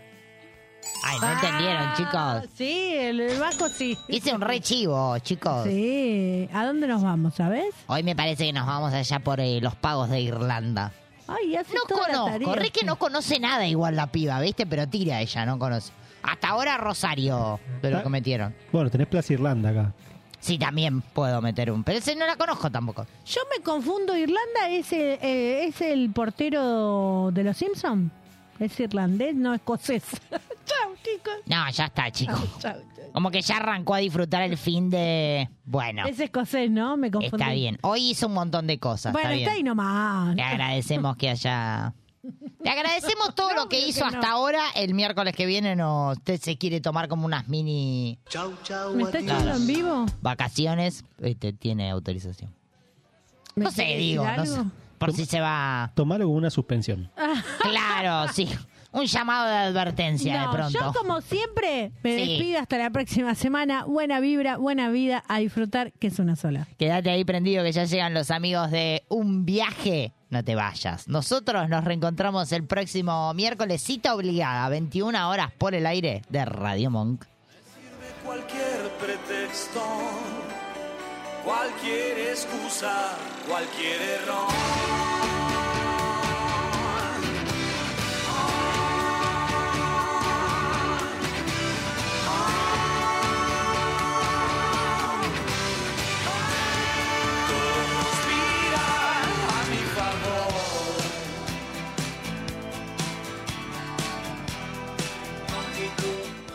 Ay, no entendieron, chicos. Ah, Sí, el, el bajo sí. Hice un re chivo, chicos. Sí. ¿A dónde nos vamos, sabes? Hoy me parece que nos vamos allá por eh, los pagos de Irlanda. Ay, hace No toda la conozco, tarea. re que no conoce nada igual la piba, ¿viste? Pero tira ella, no conoce. Hasta ahora Rosario, de lo que metieron. Ah. Bueno, tenés Plaza Irlanda acá. Sí, también puedo meter un. Pero ese no la conozco tampoco. Yo me confundo. Irlanda es el, eh, es el portero de los Simpson. Es irlandés, no escocés. Chau. chicos. No, ya está, chico. Chau, chau. Como que ya arrancó a disfrutar el fin de. Bueno, Es escocés, ¿no? Me confundí. está bien. Hoy hizo un montón de cosas. Bueno, está bien. está ahí nomás. Le agradecemos que haya. Le agradecemos todo lo que hizo hasta ahora. El miércoles que viene no, usted se quiere tomar como unas mini ¿Me está echando Claro. en vivo? vacaciones. Este, tiene autorización. ¿Me No sé, quiere digo. decir no sé. algo? Por si se va. Tomarlo como una suspensión. Claro, sí. Un llamado de advertencia No, de pronto. Yo, como siempre, me Sí. despido hasta la próxima semana. Buena vibra, buena vida, a disfrutar, que es una sola. Quédate ahí prendido que ya llegan los amigos de Un Viaje. No te vayas. Nosotros nos reencontramos el próximo miércoles, cita obligada, 21 horas por el aire de Radio Monk. cualquier pretexto, cualquier excusa, cualquier error. Todo conspira a mi favor. Actitud